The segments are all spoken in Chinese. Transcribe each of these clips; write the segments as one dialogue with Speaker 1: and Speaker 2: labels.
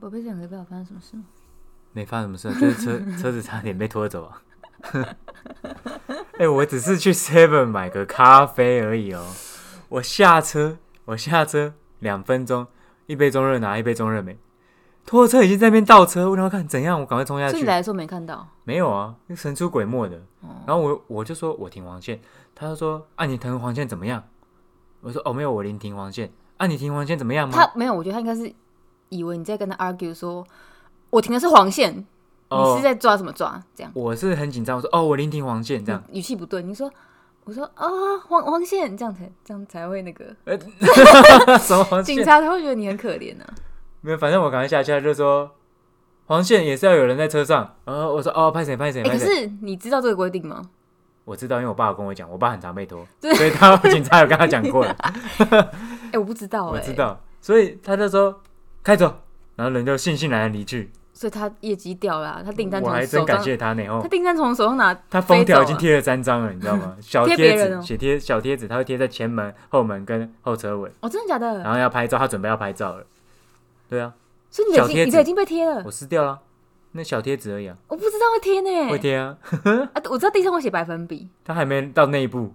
Speaker 1: 我被整个不知道发生什么事吗？
Speaker 2: 没发生什么事，就是车 车子差点被拖走啊。 哎、我只是去 Seven 买个咖啡而已哦。我下车，我下车两分钟，一杯中热拿，一杯中热美。拖车已经在那边倒车，我然后看怎样，我赶快冲下
Speaker 1: 所以
Speaker 2: 去
Speaker 1: 你。来的时候哦没看到，
Speaker 2: 没有啊，那神出鬼没的。然后我我就说我停黄线，他就说啊你停黄线怎么样？我说哦没有，我临停黄线。啊你停黄线怎么样吗？
Speaker 1: 他没有，我觉得他应该是以为你在跟他 argue 说，我停的是黄线，
Speaker 2: 哦
Speaker 1: 你是在抓什么抓？这样
Speaker 2: 我是很紧张，我说哦我临停黄线这样。
Speaker 1: 语气不对，你说。我说啊，黄黄线这样才这样才会那个
Speaker 2: 什么黄
Speaker 1: 警
Speaker 2: 线？
Speaker 1: 察才会觉得你很可怜呢、啊。
Speaker 2: 没有，反正我赶快下去，他就说黄线也是要有人在车上。然后我说哦，拍谁拍谁
Speaker 1: 哎、
Speaker 2: 拍
Speaker 1: 可
Speaker 2: 谁。
Speaker 1: 是你知道这个规定吗？
Speaker 2: 我知道，因为我爸有跟我讲，我爸很常被拖，
Speaker 1: 对
Speaker 2: 所以他警察有跟他讲 过了，
Speaker 1: 哎、我不知道哎、
Speaker 2: 我知，道，所以他就说开走，然后人就悻悻然然离去。
Speaker 1: 所以他业绩掉了啊、他订单
Speaker 2: 我
Speaker 1: 从
Speaker 2: 还真
Speaker 1: 手
Speaker 2: 感
Speaker 1: 上，
Speaker 2: 谢他呢，
Speaker 1: 他
Speaker 2: 哦，
Speaker 1: 订单从手上拿
Speaker 2: 他封条
Speaker 1: 飞走
Speaker 2: 已经
Speaker 1: 了
Speaker 2: 贴了三张了，你知 道吗？小
Speaker 1: 贴别
Speaker 2: 贴
Speaker 1: 人
Speaker 2: 纸、
Speaker 1: 哦
Speaker 2: 写贴小贴纸，他会贴在前门、后门跟后车尾，
Speaker 1: 哦，真的假的？
Speaker 2: 然后要拍照，他准备要拍照了。对啊，
Speaker 1: 所以你的已
Speaker 2: 小贴
Speaker 1: 经
Speaker 2: 纸
Speaker 1: 你的已经被贴了，
Speaker 2: 我撕掉了，那小贴纸而已啊，
Speaker 1: 我不知道会贴呢。
Speaker 2: 会贴啊。
Speaker 1: 啊，我知道地上会写百分比，
Speaker 2: 他还没到那一步，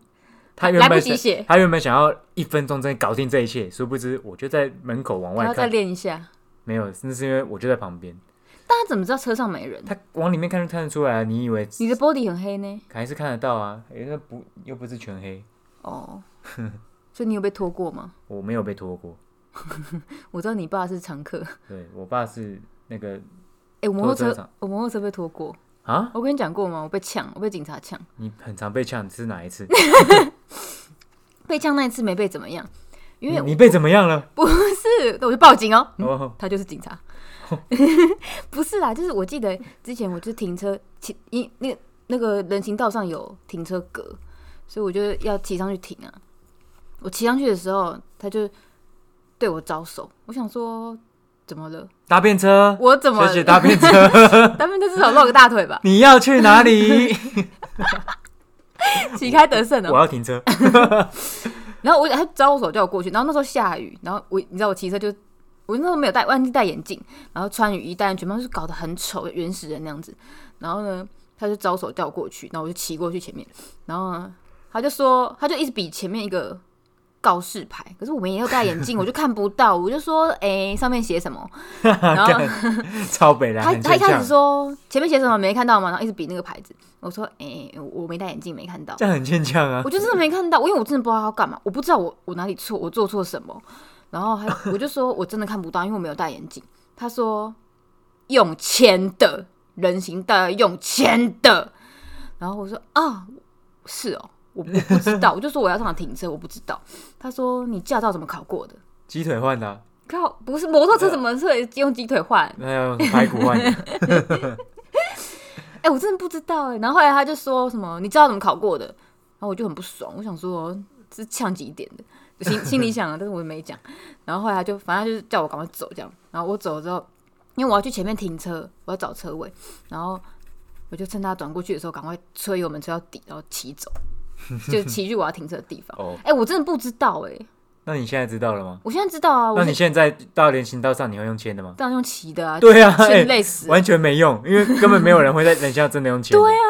Speaker 2: 他原
Speaker 1: 来不
Speaker 2: 本
Speaker 1: 及
Speaker 2: 想
Speaker 1: 写，
Speaker 2: 他原本想要一分钟之内搞定这一切，殊不知我就在门口往
Speaker 1: 然
Speaker 2: 外
Speaker 1: 后再
Speaker 2: 看，
Speaker 1: 练一下。
Speaker 2: 没有，那是因为我就在旁边，
Speaker 1: 但他怎么知道车上没人？
Speaker 2: 他往里面看就看得出来啊，你以为
Speaker 1: 你的 body 很黑呢？
Speaker 2: 还是看得到啊？诶那不又不是全黑，
Speaker 1: 哦，所以你有被拖过吗？
Speaker 2: 我没有被拖过，
Speaker 1: 我知道你爸是常客。
Speaker 2: 对我爸是那个
Speaker 1: 哎、我摩托
Speaker 2: 拖车
Speaker 1: 车
Speaker 2: 上，
Speaker 1: 我摩托车被拖过。
Speaker 2: 啊，
Speaker 1: 我跟你讲过吗？我被呛，我被警察呛。
Speaker 2: 你很常被呛，你是哪 一次？
Speaker 1: 被呛那一次没被怎么样，因
Speaker 2: 你
Speaker 1: 为
Speaker 2: 你被怎么样了？
Speaker 1: 不是，我就报警哦。
Speaker 2: 哦，
Speaker 1: 他就是警察。 不是啦，就是我记得之前我就停车，骑一那那个人行道上有停车格，所以我就要骑上去停啊。我骑上去的时候，他就对我招手，我想说怎么了？
Speaker 2: 搭便车，
Speaker 1: 我怎么
Speaker 2: 小
Speaker 1: 了？
Speaker 2: 姐搭 便车，，
Speaker 1: 他们就至少露个大腿吧
Speaker 2: 你要去哪里？
Speaker 1: 旗开得胜哦、
Speaker 2: 我要停车，
Speaker 1: 然后我他招手叫我过去，然后那时候下雨，然后我你知道我骑车就我那时候没有戴忘记戴眼镜，然后穿雨衣戴安全帽，就是搞得很丑，原始人那样子。然后呢，他就招手叫我过去，然后我就骑过去前面，然后呢，他就说他就一直比前面一个告示牌，可是我们也有戴眼 镜，我就看不到，我就说哎、上面写什么，然后。
Speaker 2: 超北来，
Speaker 1: 他
Speaker 2: 很
Speaker 1: 他一
Speaker 2: 欠
Speaker 1: 开始
Speaker 2: 呛，
Speaker 1: 说前面写什么没看到吗？然后一直比那个牌子。我说，哎、我没戴眼镜，没看到。
Speaker 2: 这样很欠呛啊
Speaker 1: 我。就真的没看到，因为我真的不知道他要干嘛，我不知道我我哪里错，我做错什么。然后还我就说我真的看不到，因为我没有戴眼镜。他说用铅的人行道要用铅的，然后我说啊是哦，我我不知道，我就说我要上哪停车，我不知道。他说你驾照怎么考过的？
Speaker 2: 鸡腿换的啊、
Speaker 1: 靠，不是摩托车怎么会用鸡腿换？
Speaker 2: 那要用排骨换的。
Speaker 1: 哎、我真的不知道哎、然后后来他就说什么，你知道怎么考过的？然后我就很不爽，我想说是呛几点的，就心心里想啊，但是我没讲。然后后来他就反正他就是叫我赶快走这样。然后我走了之后，因为我要去前面停车，我要找车位，然后我就趁他转过去的时候，赶快吹油门吹到底，然后骑走， 就骑去我要停车的地方。
Speaker 2: 哦，
Speaker 1: 哎、我真的不知道哎、
Speaker 2: 那你现在知道了吗？
Speaker 1: 我现在知道啊，我
Speaker 2: 那你
Speaker 1: 是
Speaker 2: 现在到人行道上，你会用铅的吗？
Speaker 1: 这样用骑的啊，
Speaker 2: 对啊，
Speaker 1: 气
Speaker 2: 哎、
Speaker 1: 累死了。
Speaker 2: 完全没用，因为根本没有人会在人行道真的用铅。对啊，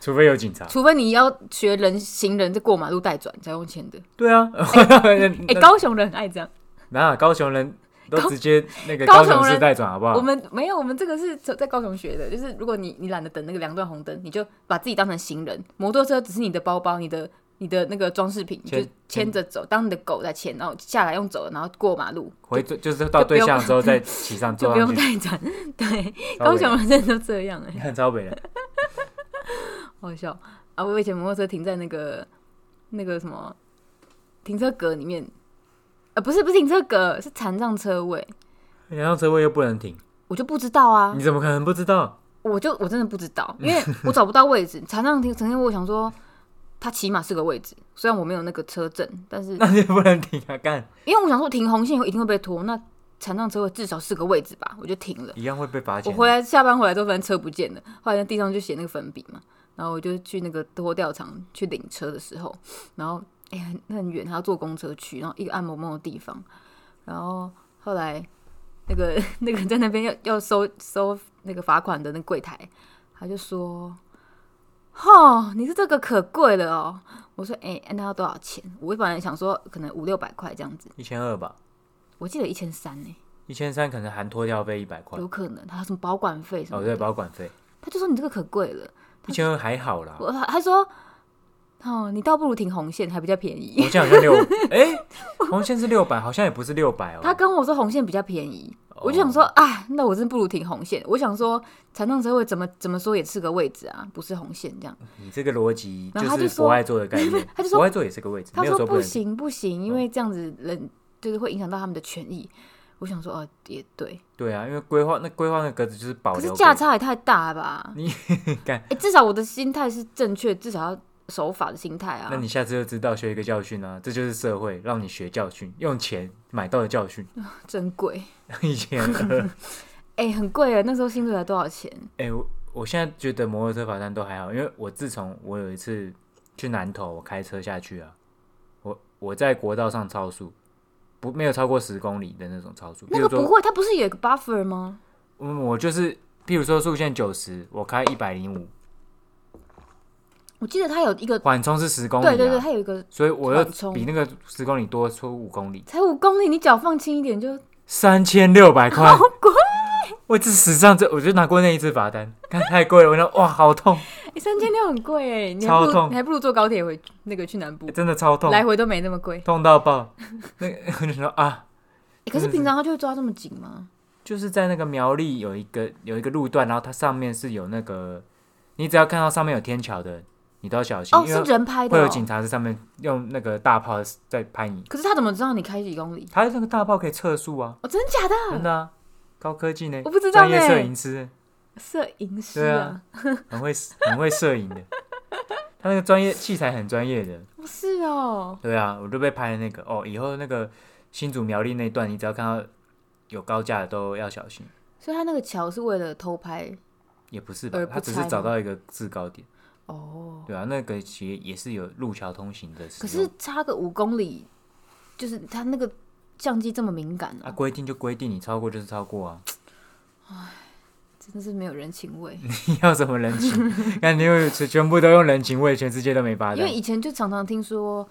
Speaker 2: 除非有警察。
Speaker 1: 除非你要学人行人在过马路带转才用钱的，
Speaker 2: 对啊，
Speaker 1: 哎、高雄人很爱这样。
Speaker 2: 那高雄人都直接那个
Speaker 1: 高
Speaker 2: 高
Speaker 1: 雄人
Speaker 2: 雄市代转好不
Speaker 1: 我
Speaker 2: 好？
Speaker 1: 们没有，我们这个是在高雄学的，就是如果你你懒得等那个两段红灯，你就把自己当成行人，摩托车只是你的包包，你的你的那个装饰品，你
Speaker 2: 牵
Speaker 1: 就牵着走，当你的狗在牵，然后下来用走的，然后过马路
Speaker 2: 回就就是到对象之 后再骑上
Speaker 1: 就
Speaker 2: 坐
Speaker 1: 不用
Speaker 2: 上
Speaker 1: 带
Speaker 2: 去。
Speaker 1: 转。 对，
Speaker 2: 超
Speaker 1: 高
Speaker 2: 北
Speaker 1: 雄
Speaker 2: 的，
Speaker 1: 人真的都这样哎、
Speaker 2: 你看超北的，
Speaker 1: 好笑啊！我以前摩托车停在那个那个什么停车格里面，呃，不是不是停车格，是残障车位，
Speaker 2: 然后车位又不能停，
Speaker 1: 我就不知道啊，
Speaker 2: 你怎么可能不知道？
Speaker 1: 我就我真的不知道，因为我找不到位置。常常听，曾经我想说，它起码是个位置，虽然我没有那个车证，但是
Speaker 2: 那你不能停啊，干
Speaker 1: 因为我想说停红线一定会被拖，那残障车位至少是个位置吧，我就停了。
Speaker 2: 一样会被罚
Speaker 1: 我
Speaker 2: 钱。
Speaker 1: 回来下班回来之后，反正车不见了，后来在地上就写那个粉笔嘛，然后我就去那个拖吊场去领车的时候，然后哎、很很远，还要坐公车去，然后一个暗蒙蒙的地方，然后后来那个 那个在那边要要收收那个罚款的那柜台，他就说：“哦，你是这个可贵了哦。”我说：“哎、那要多少钱？”我本来想说可能五六百块这样子，
Speaker 2: 一千二吧，
Speaker 1: 我记得一千三呢，
Speaker 2: 一千三可能含拖吊费一百块，
Speaker 1: 有可能他有什么保管费什么
Speaker 2: 哦
Speaker 1: 的，
Speaker 2: 对，保管费
Speaker 1: 他就说你这个可贵了。
Speaker 2: 一千二还好啦，
Speaker 1: 我他说：“哦，你倒不如停红线，还比较便宜。”
Speaker 2: 红线好像六， 哎，红线是六百，好像也不是六百哦，
Speaker 1: 他跟我说红线比较便宜，
Speaker 2: 哦
Speaker 1: 我就想说啊，那我真不如停红线。我想说残障社会怎么怎么说也是个位置啊，不是红线这样。
Speaker 2: 哦你这个逻辑
Speaker 1: 然后他就
Speaker 2: 就是
Speaker 1: 说，
Speaker 2: 博爱座的概念
Speaker 1: 他就说
Speaker 2: 博爱座也是个位置，
Speaker 1: 他
Speaker 2: 没有
Speaker 1: 说
Speaker 2: 说
Speaker 1: 不
Speaker 2: 能哦停，
Speaker 1: 行不行，因为这样子人就是会影响到他们的权益。我想说哦、也对，
Speaker 2: 对啊，因为规划那规划那格子 就是保
Speaker 1: 可是
Speaker 2: 留
Speaker 1: 价
Speaker 2: 给，
Speaker 1: 差也太大了吧？
Speaker 2: 你干
Speaker 1: 哎、至少我的心态是正确，至少要守法的心态啊
Speaker 2: 那。你下次就知道学一个教训啊，这就是社会让你学教训，用钱买到的教训，
Speaker 1: 真贵，
Speaker 2: 一千二。
Speaker 1: 哎、很贵啊！那时候薪水才多少钱？
Speaker 2: 哎、我我现在觉得摩托车罚单都还好，因为我自从我有一次去南投，我开车下去啊，我我在国道上超速，不没有超过十公里的那种超速。
Speaker 1: 那
Speaker 2: 比如
Speaker 1: 个不
Speaker 2: 说，
Speaker 1: 会，它不是有一个 buffer 吗？
Speaker 2: 嗯，我就是，譬如说速限九十，我开一百零五，
Speaker 1: 我记得它有一个，
Speaker 2: 缓冲是十公里、啊，
Speaker 1: 对对对，它有一个
Speaker 2: 所以我又
Speaker 1: 缓冲
Speaker 2: 比那个十公里多出五公里，
Speaker 1: 才五公里，你脚放轻一点就
Speaker 2: 三千六百块，好贵！我这史上这，我就拿过那一次罚单，看太贵了，我想哇，好痛，
Speaker 1: 欸 三千六很贵哎，你还
Speaker 2: 超
Speaker 1: 不如
Speaker 2: 痛
Speaker 1: 你还不如坐高铁回那个去南部，
Speaker 2: 真的超痛，
Speaker 1: 来回都没那么贵、
Speaker 2: 痛到爆。那个我就说啊，
Speaker 1: 欸可是平常他就会抓这么紧吗？
Speaker 2: 就是在那个苗栗有一个有一个路段，然后它上面是有那个，你只要看到上面有天桥的，你都要小心，
Speaker 1: 哦，
Speaker 2: 因
Speaker 1: 是
Speaker 2: 为
Speaker 1: 人拍的、
Speaker 2: 会
Speaker 1: 哦
Speaker 2: 有。警察在上面用那个大炮在拍你。
Speaker 1: 可是他怎么知道你开几公里？
Speaker 2: 它那个大炮可以测速啊，
Speaker 1: 哦，真的假
Speaker 2: 真
Speaker 1: 的？
Speaker 2: 的啊，高科技呢
Speaker 1: 我，不知道
Speaker 2: 专业摄
Speaker 1: 哎、
Speaker 2: 影师
Speaker 1: 摄影师
Speaker 2: 对
Speaker 1: 啊
Speaker 2: 啊，很会很会摄影的，他那个专业器材很专业的。
Speaker 1: 不是哦，
Speaker 2: 对啊，我就被拍了那个哦，以后那个新竹苗栗那段，你只要看到有高架的都要小心，
Speaker 1: 所以他那个桥是为了偷拍
Speaker 2: 也不是吧
Speaker 1: 呃？
Speaker 2: 他
Speaker 1: 不
Speaker 2: 只
Speaker 1: 拆
Speaker 2: 是
Speaker 1: 吗
Speaker 2: 找到一个制高点。
Speaker 1: 哦。
Speaker 2: 对啊，那个其实也是有路桥通行的使
Speaker 1: 可
Speaker 2: 用。
Speaker 1: 是差个五公里，就是他那个相机这么敏感
Speaker 2: 啊，
Speaker 1: 哦，
Speaker 2: 规定就规定，你超过就是超过啊，
Speaker 1: 真的是没有人情味。
Speaker 2: 你要什么人情？ 那你又全全部都用人情味，全世界都没发
Speaker 1: 因
Speaker 2: 展
Speaker 1: 为。以前就常常听说，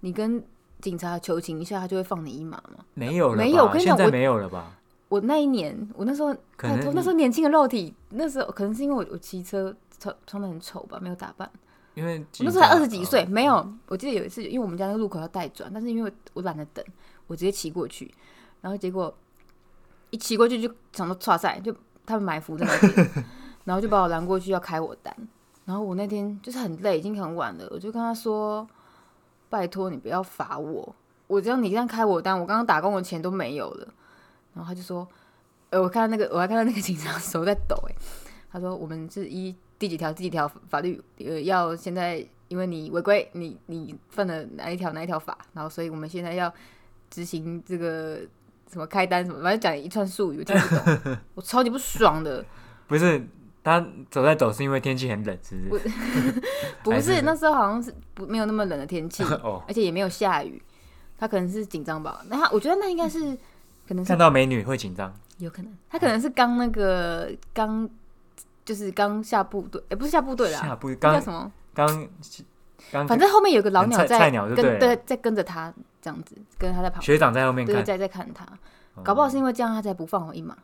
Speaker 1: 你跟警察求情一下，他就会放你一马嘛。
Speaker 2: 没有了吧，
Speaker 1: 没有我跟你
Speaker 2: 现
Speaker 1: 讲
Speaker 2: 在
Speaker 1: 我
Speaker 2: 没有了吧？
Speaker 1: 我那一年，我那时候
Speaker 2: 可
Speaker 1: 拜托
Speaker 2: 能
Speaker 1: 那时候年轻的肉体，那时候可能是因为我我骑车穿穿的很丑吧，没有打扮。
Speaker 2: 因为哦
Speaker 1: 我那时候才二十几岁，，没有。我记得有一次，因为我们家那个路口要带转，但是因为我我懒得等，我直接骑过去，然后结果一骑过去就想说哇塞，就他们埋伏在那边，然后就把我拦过去要开我单。然后我那天就是很累，已经很晚了，我就跟他说：“拜托你不要罚我，我这样你这样开我单，我刚刚打工的钱都没有了。”然后他就说：“呃，我看到那个，我还看到那个警察手在抖、欸，他说我们是依第几条第几条法律，呃，要现在因为你违规，你你犯了哪一条哪一条法，然后所以我们现在要执行这个什么开单什么，反正讲一串术语，我听不 懂，我超级不爽的。
Speaker 2: 不是他走在走是因为天气很冷，是不是？
Speaker 1: 不
Speaker 2: 还
Speaker 1: 是
Speaker 2: 是
Speaker 1: 那时候好像是不没有那么冷的天气，
Speaker 2: 哦，
Speaker 1: 而且也没有下雨，他可能是紧张吧。那他我觉得那应该是可能是
Speaker 2: 看到美女会紧 张，
Speaker 1: 有可能，他可能是刚那个刚就是刚下部队，也、不是下部队啦，
Speaker 2: 下不
Speaker 1: 那叫
Speaker 2: 刚
Speaker 1: 什么？
Speaker 2: 刚刚
Speaker 1: 反正后面有个老鸟
Speaker 2: 很菜
Speaker 1: 在
Speaker 2: 菜鸟就
Speaker 1: 跟
Speaker 2: 对了
Speaker 1: 在跟着他这样子，跟他在旁边，
Speaker 2: 学长在后面
Speaker 1: 对，
Speaker 2: 看，
Speaker 1: 在在看他，
Speaker 2: 哦
Speaker 1: 搞不好是因为这样他才不放我一马，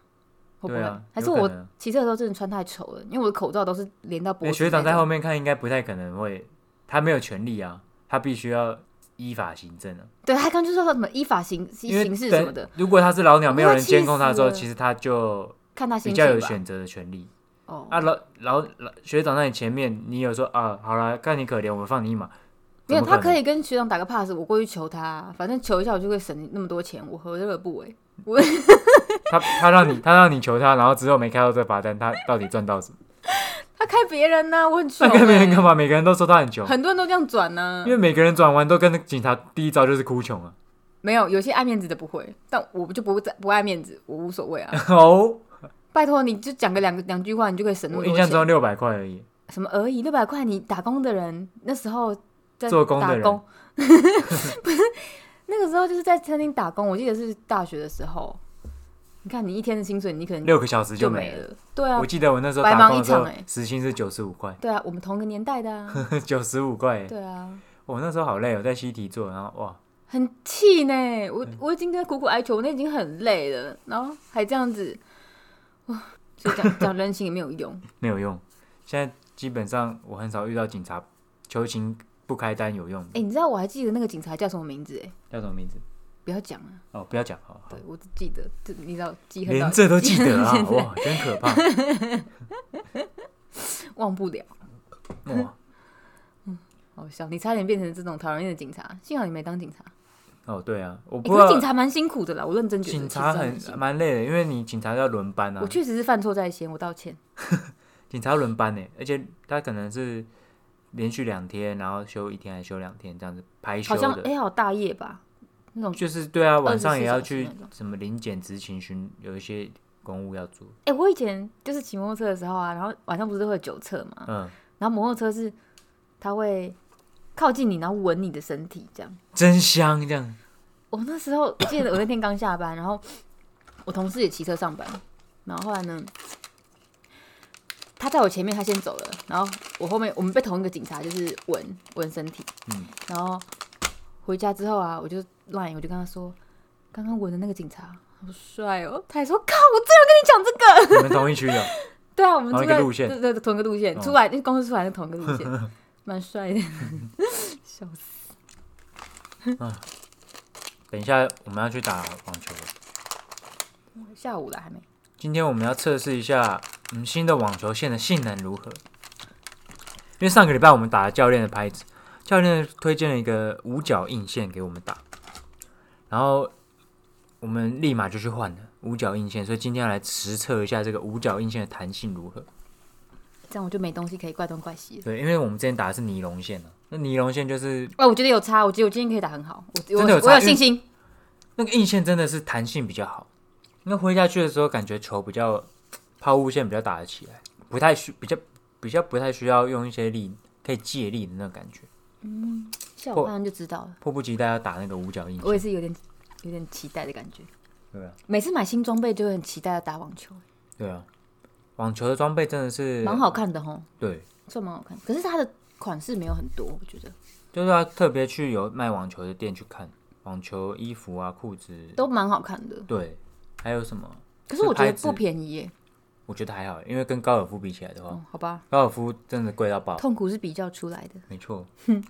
Speaker 1: 会不
Speaker 2: 对
Speaker 1: 会？
Speaker 2: 啊，
Speaker 1: 还是
Speaker 2: 有可
Speaker 1: 我
Speaker 2: 能啊
Speaker 1: 骑车的时候真的穿太丑了，因为我的口罩都是连到脖
Speaker 2: 那
Speaker 1: 子。
Speaker 2: 学长在后，面看，应该不太可能会，他没有权利啊，他必须要依法行政啊。
Speaker 1: 对他刚就说什么依法行
Speaker 2: 因为
Speaker 1: 行事
Speaker 2: 等
Speaker 1: 什么的，
Speaker 2: 如果他是老鸟，
Speaker 1: 我
Speaker 2: 没有人
Speaker 1: 快气
Speaker 2: 监控他的时候，
Speaker 1: 死了
Speaker 2: 其实他就
Speaker 1: 看他
Speaker 2: 比
Speaker 1: 心
Speaker 2: 较有
Speaker 1: 情吧。
Speaker 2: 选择的权利。
Speaker 1: 哦，
Speaker 2: 啊，老老老学长在你前面，你有说啊，好啦，看你可怜，我们放你一马。
Speaker 1: 没有，
Speaker 2: 怎么
Speaker 1: 他可
Speaker 2: 能
Speaker 1: 以跟学长打个 pass，我过去求他，啊反正求一下我就会省那么多钱，我何乐而不为？
Speaker 2: 他他让你他让你求他，然后之后没开到这罚单，他到底赚到什么？
Speaker 1: 他开别人呢、我很穷、
Speaker 2: 那
Speaker 1: 欸。
Speaker 2: 跟别人干嘛？每个人都说他很穷，
Speaker 1: 很多人都这样转呢、
Speaker 2: 因为每个人转弯都跟警察第一招就是哭穷啊。
Speaker 1: 没有，有些爱面子的不会，但我就不不爱面子，我无所谓啊。
Speaker 2: 哦，
Speaker 1: 拜托，你就讲个两个两句话，你就可以省那么
Speaker 2: 我
Speaker 1: 多
Speaker 2: 印象
Speaker 1: 钱。
Speaker 2: 中六百块而已，
Speaker 1: 什么而已，六百块，你打工的人那时候在
Speaker 2: 做工的
Speaker 1: 打
Speaker 2: 人
Speaker 1: 工， 不是那个时候就是在餐厅打工。我记得是大学的时候，你看你一天的薪水，你可能
Speaker 2: 六个小时
Speaker 1: 就
Speaker 2: 就
Speaker 1: 没
Speaker 2: 没了。
Speaker 1: 了。对啊
Speaker 2: 我，记得我那时候
Speaker 1: 白
Speaker 2: 打
Speaker 1: 忙
Speaker 2: 工
Speaker 1: 一
Speaker 2: 的时候
Speaker 1: 场欸，
Speaker 2: 时薪是九十五块，
Speaker 1: 对啊，我们同个年代的啊，
Speaker 2: 九十五块欸。
Speaker 1: 对啊，
Speaker 2: 我那时候好累，我哦在西提做，然后哇，
Speaker 1: 很气呢。我
Speaker 2: 嗯
Speaker 1: 我已经在苦苦哀求，我那已经很累了，然后还这样子，哇！所以讲讲人情也没有用。
Speaker 2: 没有用。现在基本上我很少遇到警察求情不开单有用的
Speaker 1: 哎、你知道我还记得那个警察叫什么名字？哎，
Speaker 2: 叫什么名字？
Speaker 1: 不要讲啊，
Speaker 2: 哦，不要讲，好好
Speaker 1: 对，我只记得，这你知道记恨到
Speaker 2: 连这都记得 啊
Speaker 1: 现，在
Speaker 2: 哇，真可怕，
Speaker 1: 忘不了。
Speaker 2: 哇，
Speaker 1: 好笑，你差点变成这种讨人厌的警察，幸好你没当警察。
Speaker 2: 哦，对啊，我
Speaker 1: 欸
Speaker 2: 不知
Speaker 1: 可是
Speaker 2: 道
Speaker 1: 警察蛮辛苦的啦，我认真觉得
Speaker 2: 警察
Speaker 1: 其实
Speaker 2: 很
Speaker 1: 辛苦
Speaker 2: 蛮累的，因为你警察要轮班啊
Speaker 1: 我，确实是犯错在先，我道歉。
Speaker 2: 警察要轮班呢，而且他可能是连续两天，然后休一天还休两天这样子排休
Speaker 1: 好像哎、
Speaker 2: 的，
Speaker 1: 好大夜吧，那种
Speaker 2: 就是对啊，晚上
Speaker 1: 24
Speaker 2: 也要
Speaker 1: 小时
Speaker 2: 去
Speaker 1: 那种
Speaker 2: 什么临检执勤巡，有一些公务要做，
Speaker 1: 哎、我以前就是骑摩托车的时候啊，然后晚上不是会有酒测嘛，
Speaker 2: 嗯，
Speaker 1: 然后摩托车是它会靠近你，然后闻你的身体这样。
Speaker 2: 真香这样，
Speaker 1: 我那时候记得我那天刚下班，然后我同事也骑车上班，然后后来呢，他在我前面，他先走了，然后我后面我们被同一个警察就是闻闻身体，
Speaker 2: 嗯
Speaker 1: 然后回家之后啊，我就 line 我就跟他说，刚刚闻的那个警察好帅哦，他还说靠，我正要跟你讲这个。
Speaker 2: 你们同一区的，
Speaker 1: 对啊，我们
Speaker 2: 同
Speaker 1: 住
Speaker 2: 一个
Speaker 1: 在
Speaker 2: 路线
Speaker 1: 对对对同一个路线，
Speaker 2: 哦
Speaker 1: 出来那公司出来是同一个路线， 蛮帅的， 笑死！
Speaker 2: 等一下我们要去打网球了。
Speaker 1: 下午了还没，
Speaker 2: 今天我们要测试一下我们新的网球线的性能如何。因为上个礼拜我们打了教练的拍子，教练推荐了一个五角硬线给我们打，然后我们立马就去换了五角硬线，所以今天要来实测一下这个五角硬线的弹性如何。
Speaker 1: 这样我就没东西可以怪东怪西了。
Speaker 2: 对，因为我们之前打的是尼龙线啊，那尼龙线就是
Speaker 1: 哎、我觉得有差，我觉得我今天可以打很好，我
Speaker 2: 真
Speaker 1: 我
Speaker 2: 的有差
Speaker 1: 我有信心。
Speaker 2: 那个硬线真的是弹性比较好，那挥下去的时候感觉球比较抛物线比较打得起来，不太需比较比较不太需要用一些力可以借力的那种感觉，
Speaker 1: 下午看看就知道了，
Speaker 2: 迫不及待要打那个五角硬
Speaker 1: 我也
Speaker 2: 线，
Speaker 1: 是有点有点期待的感觉。
Speaker 2: 对啊，
Speaker 1: 每次买新装备就会很期待要打网球，
Speaker 2: 对啊，网球的装备真的是
Speaker 1: 蛮好看的吼，
Speaker 2: 对，
Speaker 1: 算蛮好看。可是它的款式没有很多，我觉得
Speaker 2: 就是要特别去有卖网球的店去看网球衣服啊、裤子，
Speaker 1: 都蛮好看的。
Speaker 2: 对，还有什么？
Speaker 1: 可是我觉
Speaker 2: 是
Speaker 1: 得
Speaker 2: 拍子
Speaker 1: 不便宜耶。
Speaker 2: 我觉得还好，因为跟高尔夫比起来的话，
Speaker 1: 哦，好吧，
Speaker 2: 高尔夫真的贵到爆，
Speaker 1: 痛苦是比较出来的。
Speaker 2: 没错，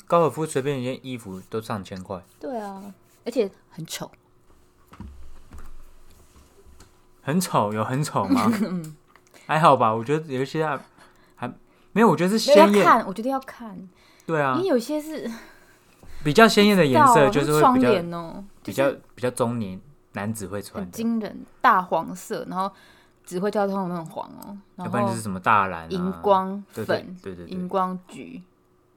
Speaker 2: 高尔夫随便一件衣服都上千块。
Speaker 1: 对啊，而且很丑。
Speaker 2: 很丑，有很丑 吗？
Speaker 1: 嗯
Speaker 2: 还好吧，我觉得有一些还啊还没有，我觉得是
Speaker 1: 没有
Speaker 2: 鲜
Speaker 1: 要
Speaker 2: 艳，
Speaker 1: 看，我觉得要看，
Speaker 2: 对啊
Speaker 1: 因为，有些是
Speaker 2: 比较鲜艳的颜
Speaker 1: 到
Speaker 2: 色
Speaker 1: 啊
Speaker 2: 就是
Speaker 1: 那
Speaker 2: 会
Speaker 1: 窗
Speaker 2: 比较
Speaker 1: 帘哦，
Speaker 2: 比较比较中年男子会穿
Speaker 1: 很
Speaker 2: 的，
Speaker 1: 惊人，大黄色，然后指挥交通的那种黄哦，
Speaker 2: 要
Speaker 1: 然
Speaker 2: 不然就
Speaker 1: 后
Speaker 2: 是什么大蓝、啊、
Speaker 1: 荧光
Speaker 2: 对
Speaker 1: 粉、
Speaker 2: 对对对
Speaker 1: 荧
Speaker 2: 对，
Speaker 1: 光橘、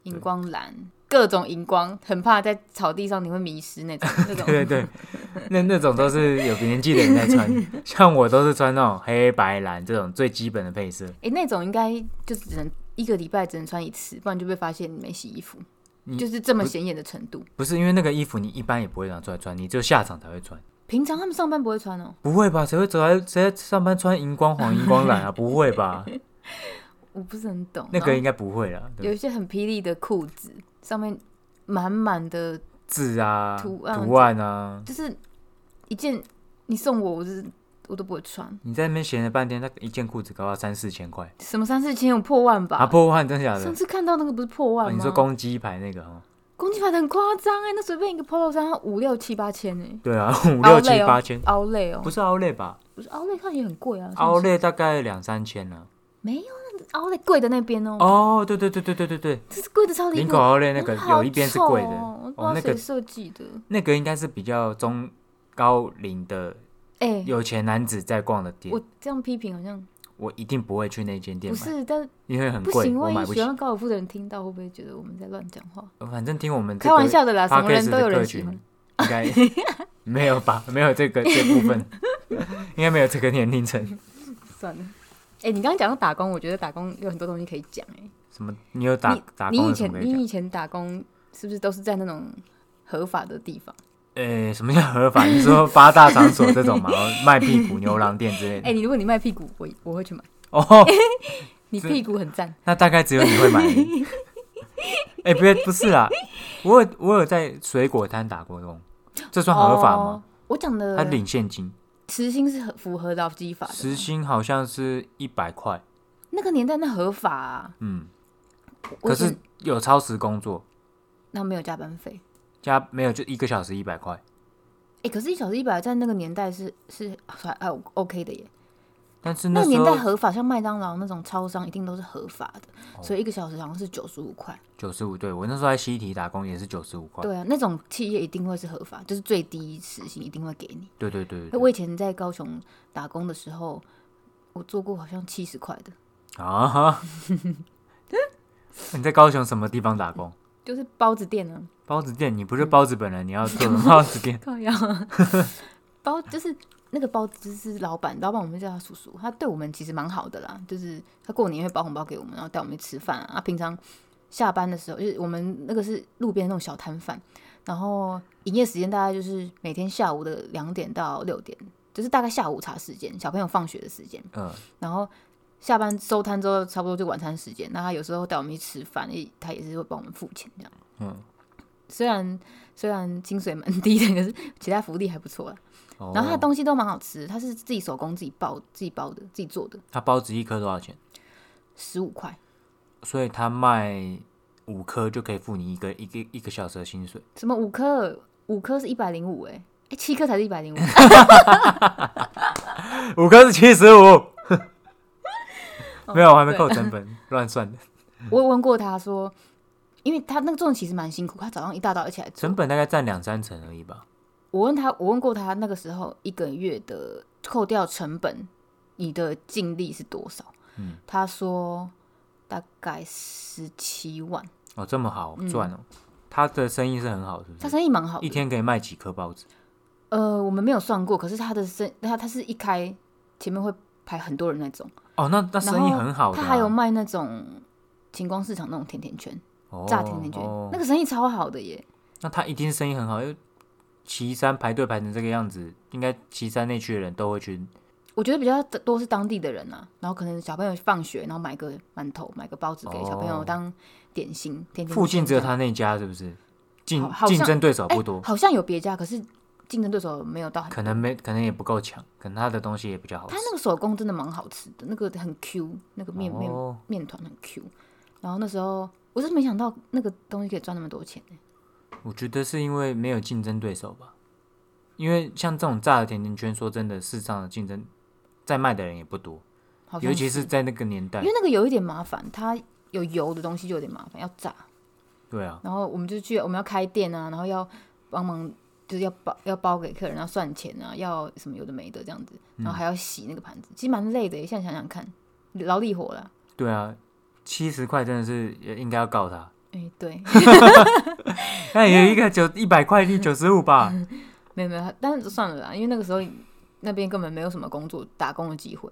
Speaker 1: 荧光蓝，各种荧光，很怕在草地上你会迷失 那种那种。
Speaker 2: 对对对，那那种都是有年纪的人在穿， 像我都是穿那种黑白蓝这种最基本的配色。
Speaker 1: 哎，那种应该就只能一个礼拜只能穿一次，不然就被发现你没洗衣服，
Speaker 2: 你
Speaker 1: 就是这么显眼的程度。
Speaker 2: 不是因为那个衣服你一般也不会拿出来穿，你只有下场才会穿。
Speaker 1: 平常他们上班不会穿哦，
Speaker 2: 不会吧？谁会走在谁在上班穿荧光黄、荧光 蓝啊？不会吧？
Speaker 1: 我不是很懂。
Speaker 2: 那
Speaker 1: 然后
Speaker 2: 个应该不会啦。对
Speaker 1: 有一些很霹雳的裤子，上面满满的，
Speaker 2: 字啊、
Speaker 1: 图案
Speaker 2: 啊，
Speaker 1: 就是一件你送我，我是我都不会穿。
Speaker 2: 你在那边闲了半天，他一件裤子搞到三四千块，
Speaker 1: 什么三四千有破万吧？
Speaker 2: 啊，破万真假的
Speaker 1: 上？次看到那个不是破万
Speaker 2: 哦
Speaker 1: 吗？
Speaker 2: 你说公鸡牌那个哦？
Speaker 1: 公鸡牌的很夸张哎，那随便一个 polo 衫它五六七八千哎、
Speaker 2: 对 啊，五六七八千，
Speaker 1: 奥莱哦
Speaker 2: 不，是奥莱吧？
Speaker 1: 不是奥莱看起来很贵啊，
Speaker 2: 奥
Speaker 1: 是不是
Speaker 2: 莱大概两三千呢。
Speaker 1: 没有那奥莱贵的那边哦，
Speaker 2: 哦，对对对对对对对，
Speaker 1: 这是贵的超离
Speaker 2: 林
Speaker 1: 谱哦
Speaker 2: 口，奥莱那个
Speaker 1: 好
Speaker 2: 有一边是贵
Speaker 1: 丑
Speaker 2: 的，
Speaker 1: 哦我不
Speaker 2: 哦
Speaker 1: 知道
Speaker 2: 那个
Speaker 1: 谁设计的，
Speaker 2: 那个应该是比较中高龄的
Speaker 1: 哎、
Speaker 2: 有钱男子在逛的店
Speaker 1: 我。这样批评好像
Speaker 2: 我一定不会去那间店
Speaker 1: 不
Speaker 2: 买，
Speaker 1: 是，但
Speaker 2: 因为很
Speaker 1: 不
Speaker 2: 贵，
Speaker 1: 行，
Speaker 2: 我
Speaker 1: 万
Speaker 2: 买
Speaker 1: 一
Speaker 2: 不
Speaker 1: 喜
Speaker 2: 起。
Speaker 1: 欢高尔夫的人听到，会不会觉得我们在乱讲话？
Speaker 2: 反正听我们这
Speaker 1: 开玩
Speaker 2: 个
Speaker 1: 笑的啦，什么
Speaker 2: Podcast
Speaker 1: 人都有
Speaker 2: 的客
Speaker 1: 人喜
Speaker 2: 群
Speaker 1: 欢。
Speaker 2: 应该没有吧？ 没有这个这部分， 应该没有这个年龄层。
Speaker 1: 算了，哎、你刚刚讲到打工，我觉得打工有很多东西可以讲哎、
Speaker 2: 什么？你有打打
Speaker 1: 你
Speaker 2: 工
Speaker 1: 以
Speaker 2: 的什
Speaker 1: 前
Speaker 2: 么可以
Speaker 1: 你
Speaker 2: 讲？
Speaker 1: 以前打工是不是都是在那种合法的地方？
Speaker 2: 呃、什么叫合法？ 你说八大场所 这种嘛，然后卖屁股牛郎店之类
Speaker 1: 哎、
Speaker 2: 的。
Speaker 1: 你如果你卖屁股，我我会去买，
Speaker 2: 哦，
Speaker 1: 你屁股很赞。
Speaker 2: 那大概只有你 会买而已。哎、不对，不是啦，我有我有在水果摊打过工，这算合法
Speaker 1: 哦
Speaker 2: 吗？？
Speaker 1: 我讲的
Speaker 2: 他领现金，
Speaker 1: 时薪是合符合劳基法的，
Speaker 2: 时薪好像是一百块。
Speaker 1: 那个年代那合法、啊，
Speaker 2: 嗯，
Speaker 1: 我
Speaker 2: 可
Speaker 1: 以前
Speaker 2: 是有超时工作，
Speaker 1: 那没有加班费。
Speaker 2: 加没有就一个小时一百块，
Speaker 1: 哎、可是一小时一百，在那个年代是是啊还还 OK 的耶。
Speaker 2: 但是
Speaker 1: 那个
Speaker 2: 时
Speaker 1: 年代
Speaker 2: 候
Speaker 1: 合法，像麦当劳那种超商一定都是合法的，
Speaker 2: 哦
Speaker 1: 所以一个小时好像是九十五块。
Speaker 2: 九十五，对我那时候在西提打工也是九十五块。
Speaker 1: 对啊，那种企业一定会是合法，就是最低时薪一定会给你。
Speaker 2: 对对对对
Speaker 1: 哎我以前在高雄打工的时候，我做过好像七十块的，
Speaker 2: 对啊哈！你在高雄什么地方打工？
Speaker 1: 就是包子店啊，？
Speaker 2: 包子店？你不是包子本人，你要做什么包子店
Speaker 1: 靠呀， 包就是那个包子就是老板，老板我们叫他叔叔，他对我们其实蛮好的啦，就是他过年会包红包给我们，然后带我们去吃饭啊。啊平常下班的时候，就是我们那个是路边那种小摊贩，然后营业时间大概就是每天下午的两点到六点，就是大概下午茶时间，小朋友放学的时间。
Speaker 2: 嗯，
Speaker 1: 然后下班收摊之后，差不多就晚餐时间。那他有时候带我们去吃饭，也他也是会帮我们付钱这样。
Speaker 2: 嗯，
Speaker 1: 虽然虽然薪水蛮低的，可是 其他福利还不错啦。啊
Speaker 2: 哦
Speaker 1: 然后他的东西都蛮好吃，他是自己手工自己包、自己包的、自己做的，
Speaker 2: 他包子一颗多少钱？
Speaker 1: 十五块
Speaker 2: 所以他卖五颗就可以付你一个一个一个小时的薪水。
Speaker 1: 什么五颗，五颗是一百零五哎。哎，七颗才是一百零五，
Speaker 2: 五颗是七十五，
Speaker 1: 哦
Speaker 2: 没有，我还没
Speaker 1: 啊
Speaker 2: 扣成本，乱 算的。
Speaker 1: 我有问过他说，因为他那个做的其实蛮辛苦，他早上一大早一起来做
Speaker 2: 成。本大概占两三成而已吧。
Speaker 1: 我问他，我问过他那个时候一个月的扣掉成本，你的净利是多少？
Speaker 2: 嗯，
Speaker 1: 他说大概十七万，
Speaker 2: 哦，这么好赚哦。他的生意是很好，是不
Speaker 1: 嗯他
Speaker 2: 是？
Speaker 1: 生意蛮好
Speaker 2: 一
Speaker 1: 的。
Speaker 2: 天可以卖几颗包子？
Speaker 1: 呃，我们没有算过，可是他的生他他是一开前面会排很多人那种，
Speaker 2: 哦，那那
Speaker 1: 然
Speaker 2: 生意
Speaker 1: 后
Speaker 2: 很好的啊、
Speaker 1: 他还有卖那种晴光市场那种甜甜圈，
Speaker 2: 哦
Speaker 1: 炸甜甜圈，
Speaker 2: 哦
Speaker 1: 那个生意超好的耶。
Speaker 2: 那他一定生意很好，因为岐山排队排成这个样子，应该岐山那区的人都会去。
Speaker 1: 我觉得比较多是当地的人啊，然后可能小朋友放学，然后买个馒头，买个包子给小朋友
Speaker 2: 哦
Speaker 1: 当点心，甜甜
Speaker 2: 附近
Speaker 1: 圈
Speaker 2: 只有
Speaker 1: 这样
Speaker 2: 他那家，是不是？竞
Speaker 1: 好好像
Speaker 2: 竞争对手
Speaker 1: 哎，
Speaker 2: 不多，
Speaker 1: 好像有别家，可是竞争对手没有到很。
Speaker 2: 可能没，可能也不够强，可能他的东西也比较好吃
Speaker 1: 他。那个手工真的蛮好吃的，那个很 Q，那个面面
Speaker 2: 哦
Speaker 1: 面团很 Q。然后那时候我真没想到那个东西可以赚那么多钱呢、
Speaker 2: 我觉得是因为没有竞争对手吧，因为像这种炸的甜甜圈，说真的，市场的竞争在卖的人也不多，
Speaker 1: 好像
Speaker 2: 尤其是在那个年代
Speaker 1: 因为。那个有一点麻烦，它有油的东西就有点麻烦，要炸。
Speaker 2: 对啊，
Speaker 1: 然后我们就去，我们要开店啊，然后要帮忙，就是要包要包给客人，要算钱啊，要什么有的没的这样子，然后还要洗那个盘子，其实蛮累的耶。现在想想看，劳力活啦。
Speaker 2: 对啊，七十块真的是也应该要告他。
Speaker 1: 哎，对，
Speaker 2: 那有一个九一百块一九十五 吧，
Speaker 1: 没有没有，但是算了啦，因为那个时候那边根本没有什么工作打工的机会。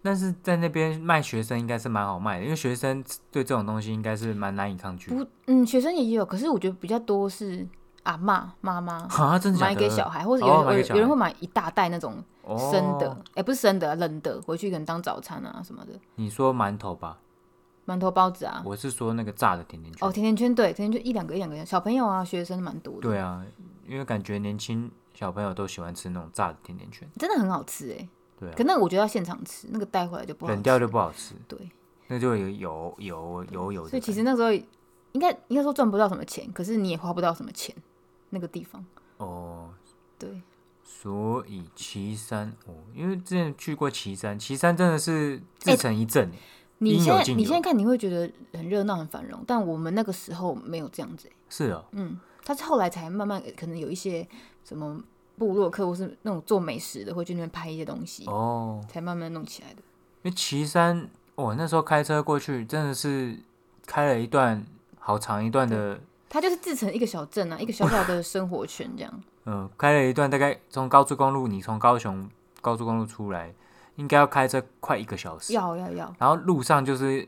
Speaker 2: 但是在那边卖学生应该是蛮好卖的，因为学生对这种东西应该是蛮难以抗拒。
Speaker 1: 不，嗯，学生也有，可是我觉得比较多是阿嬷妈妈
Speaker 2: 啊，真的假
Speaker 1: 买
Speaker 2: 的？
Speaker 1: 给小孩，或者
Speaker 2: 哦
Speaker 1: 有人、
Speaker 2: 买给
Speaker 1: 有
Speaker 2: 小
Speaker 1: 人
Speaker 2: 孩
Speaker 1: 有人会买一大袋那种生的，哎、
Speaker 2: 哦。
Speaker 1: 不是生的，冷的，回去可能当早餐啊什么的，
Speaker 2: 你说馒头吧，
Speaker 1: 馒头包子啊。
Speaker 2: 我是说那个炸的甜甜圈。
Speaker 1: 哦，甜甜圈对，甜甜圈一两个一两个，小朋友啊，学生蛮多的，
Speaker 2: 对啊，因为感觉年轻小朋友都喜欢吃那种炸的甜甜圈，
Speaker 1: 真的很好吃哎、
Speaker 2: 对啊
Speaker 1: 可那个我觉得要现场吃，那个带回来就不好
Speaker 2: 冷
Speaker 1: 吃。
Speaker 2: 掉就不好吃，
Speaker 1: 对，
Speaker 2: 那就有油油油油的感觉。
Speaker 1: 所以其实那时候应该应该说赚不到什么钱，可是你也花不到什么钱，那个地方
Speaker 2: 哦，
Speaker 1: 对。
Speaker 2: 所以岐山哦，因为之前去过岐山，岐山真的是自成一镇欸、
Speaker 1: 你
Speaker 2: 应
Speaker 1: 现
Speaker 2: 有
Speaker 1: 在
Speaker 2: 尽
Speaker 1: 你
Speaker 2: 有
Speaker 1: 现在看你会觉得很热闹很繁荣，但我们那个时候没有这样子欸、
Speaker 2: 是哦，
Speaker 1: 嗯，它是后来才慢慢可能有一些什么部落客或是那种做美食的会去那边拍一些东西，
Speaker 2: 哦，
Speaker 1: 才慢慢弄起来的。
Speaker 2: 因为岐山，我、那时候开车过去，真的是开了一段好长一段的，
Speaker 1: 它就是自成一个小镇啊，一个小小的生活圈这 样。
Speaker 2: 嗯、开了一段大概从高速公路，你从高雄高速公路出来，应该要开车快一个小时，
Speaker 1: 要要要，
Speaker 2: 然后路上就是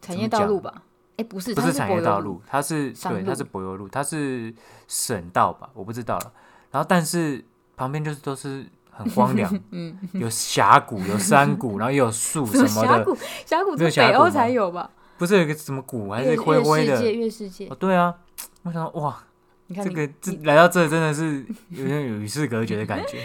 Speaker 1: 产业道路吧，哎，不是，
Speaker 2: 不
Speaker 1: 它
Speaker 2: 是
Speaker 1: 是
Speaker 2: 产
Speaker 1: 柏
Speaker 2: 业
Speaker 1: 油
Speaker 2: 道
Speaker 1: 路，
Speaker 2: 路，它是
Speaker 1: 商
Speaker 2: 对，它
Speaker 1: 路
Speaker 2: 是柏油路，它是省道吧，我不知道了。然后但是旁边就是都是很荒凉， 有峡谷，有山谷，然后也有树
Speaker 1: 嗯什么
Speaker 2: 什么
Speaker 1: 峡
Speaker 2: 的，
Speaker 1: 谷？峡谷
Speaker 2: 没有
Speaker 1: 是
Speaker 2: 峡
Speaker 1: 北
Speaker 2: 谷
Speaker 1: 欧
Speaker 2: 吗
Speaker 1: 才有吧？
Speaker 2: 不是有一个什么谷还
Speaker 1: 月
Speaker 2: 是灰灰
Speaker 1: 月世界，
Speaker 2: 的？
Speaker 1: 月世界
Speaker 2: 哦，，对啊，我想说哇，
Speaker 1: 你看
Speaker 2: 这
Speaker 1: 你
Speaker 2: 个这
Speaker 1: 你
Speaker 2: 来到这真的是有点与世隔绝的感觉。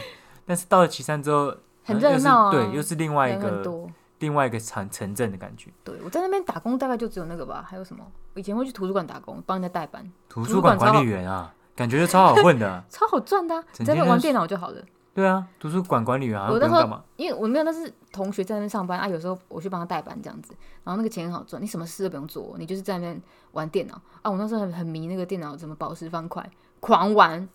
Speaker 2: 但是到了岐山之后，
Speaker 1: 很
Speaker 2: 好像又
Speaker 1: 热
Speaker 2: 是
Speaker 1: 闹啊
Speaker 2: 对，又是另外一
Speaker 1: 人很
Speaker 2: 个
Speaker 1: 多。
Speaker 2: 另外一个城城镇的感觉。
Speaker 1: 对我在那边打工，大概就只有那个吧，还有什么？我以前会去图书馆打工，帮人家代班，
Speaker 2: 图
Speaker 1: 图
Speaker 2: 书
Speaker 1: 书
Speaker 2: 馆
Speaker 1: 馆超
Speaker 2: 管理
Speaker 1: 好
Speaker 2: 员啊，感觉就超好混的啊。
Speaker 1: 超好赚的、啊，
Speaker 2: 整
Speaker 1: 只要
Speaker 2: 天
Speaker 1: 玩
Speaker 2: 在
Speaker 1: 电脑就好了。
Speaker 2: 对啊，图书馆管理员好像
Speaker 1: 我
Speaker 2: 不
Speaker 1: 那
Speaker 2: 用
Speaker 1: 时候
Speaker 2: 干嘛。
Speaker 1: 因为我没有，那是同学在那边上班啊，有时候我去帮他代班这样子，然后那个钱很好赚，你什么事都不用做，你就是在那边玩电脑啊。我那时候很很迷那个电脑，怎么宝石方块，狂玩。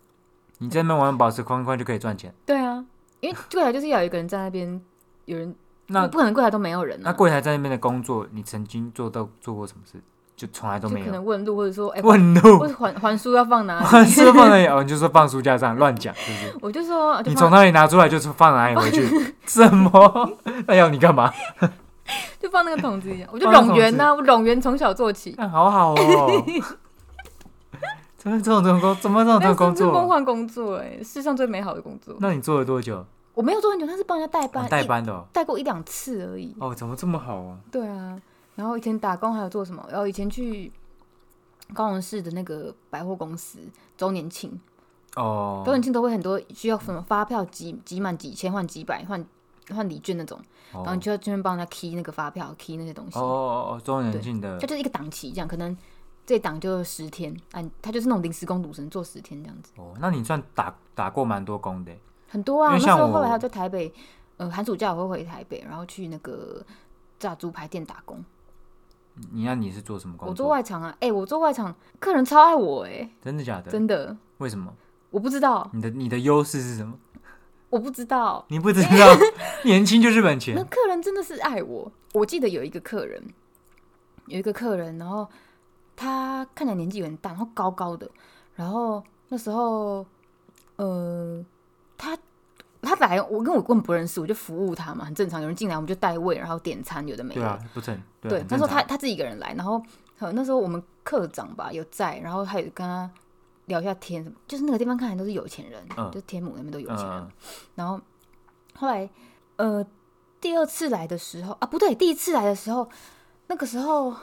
Speaker 2: 你在那边玩宝石框框就可以赚钱。
Speaker 1: 对啊，因为柜台就是要有一个人在那边，有人
Speaker 2: 那
Speaker 1: 不可能柜台都没有人啊，
Speaker 2: 那柜台在那边的工作，你曾经做到做过什么事？就从来都
Speaker 1: 就
Speaker 2: 没
Speaker 1: 可
Speaker 2: 有。
Speaker 1: 能问路或者说哎，
Speaker 2: 问
Speaker 1: 或
Speaker 2: 路，
Speaker 1: 者还还书要放哪 里？
Speaker 2: 是不是放在哦，你就说放书架上乱讲，是不是？
Speaker 1: 我就说啊就
Speaker 2: 你
Speaker 1: 放
Speaker 2: 从哪里拿出来就是放哪里 回去，什么？ 那要你干嘛？
Speaker 1: 就放那个桶子一样，我就
Speaker 2: 放那个
Speaker 1: 冗员呐、我冗员从小做起，
Speaker 2: 看哎好好 哦。怎么这种这种工，怎么这种这
Speaker 1: 但
Speaker 2: 种
Speaker 1: 是
Speaker 2: 工
Speaker 1: 是梦
Speaker 2: 作？
Speaker 1: 幻工作哎、世上最美好的工作。
Speaker 2: 那你做了多久？
Speaker 1: 我没有做很久，但是帮人家代
Speaker 2: 哦
Speaker 1: 班，
Speaker 2: 代
Speaker 1: 一
Speaker 2: 班的哦，
Speaker 1: 带过一两次而已。
Speaker 2: 哦，怎么这么好啊？
Speaker 1: 对啊，然后以前打工还有做什么？然后以前去高雄市的那个百货公司周年庆，周
Speaker 2: 哦
Speaker 1: 年，庆都会很多需要什么发票集集满几千换几百换换礼券那种，然后
Speaker 2: 哦
Speaker 1: 你就要这边帮人家 key 那个发票 key 那些东西
Speaker 2: 哦，哦哦，周年庆的
Speaker 1: 它就是一个档期这样，可能这档就十天，啊，它就是那种临时工赌神做十天这样子。
Speaker 2: 哦，那你算打打过蛮多工的欸。
Speaker 1: 很多啊，
Speaker 2: 因
Speaker 1: 那
Speaker 2: 为
Speaker 1: 时
Speaker 2: 像
Speaker 1: 候后来
Speaker 2: 我
Speaker 1: 还有在台北，呃，寒暑假我会回台北，然后去那个炸猪排店打工。
Speaker 2: 你那你是做什么
Speaker 1: 我
Speaker 2: 工
Speaker 1: 做
Speaker 2: 作？
Speaker 1: 外场啊，哎、我做外场，客人超爱我哎、
Speaker 2: 真的假的？
Speaker 1: 真的，
Speaker 2: 为什么？
Speaker 1: 我不知道，
Speaker 2: 你的你的优势是什么？
Speaker 1: 我不知道，
Speaker 2: 你不知道，年轻就是本
Speaker 1: 那
Speaker 2: 钱。
Speaker 1: 客人真的是爱我。我记得有一个客人，有一个客人，然后他看起来年纪有点大，然后高高的，然后那时候，呃，他他来，我跟我根本不认识，我就服务他嘛，很正常。有人进来我们就带位，然后点餐，有的没
Speaker 2: 对
Speaker 1: 的。
Speaker 2: 啊，不成。
Speaker 1: 对
Speaker 2: 很，
Speaker 1: 那
Speaker 2: 正
Speaker 1: 时候
Speaker 2: 常
Speaker 1: 他他自己一个人来，然后呃那时候我们课长吧有在，然后还有跟他聊一下天什么，就是那个地方看起来都是有钱人，
Speaker 2: 嗯
Speaker 1: 就天母那边都有钱人。
Speaker 2: 嗯，
Speaker 1: 然后后来呃第二次来的时候啊，不对，第一次来的时候，那个时候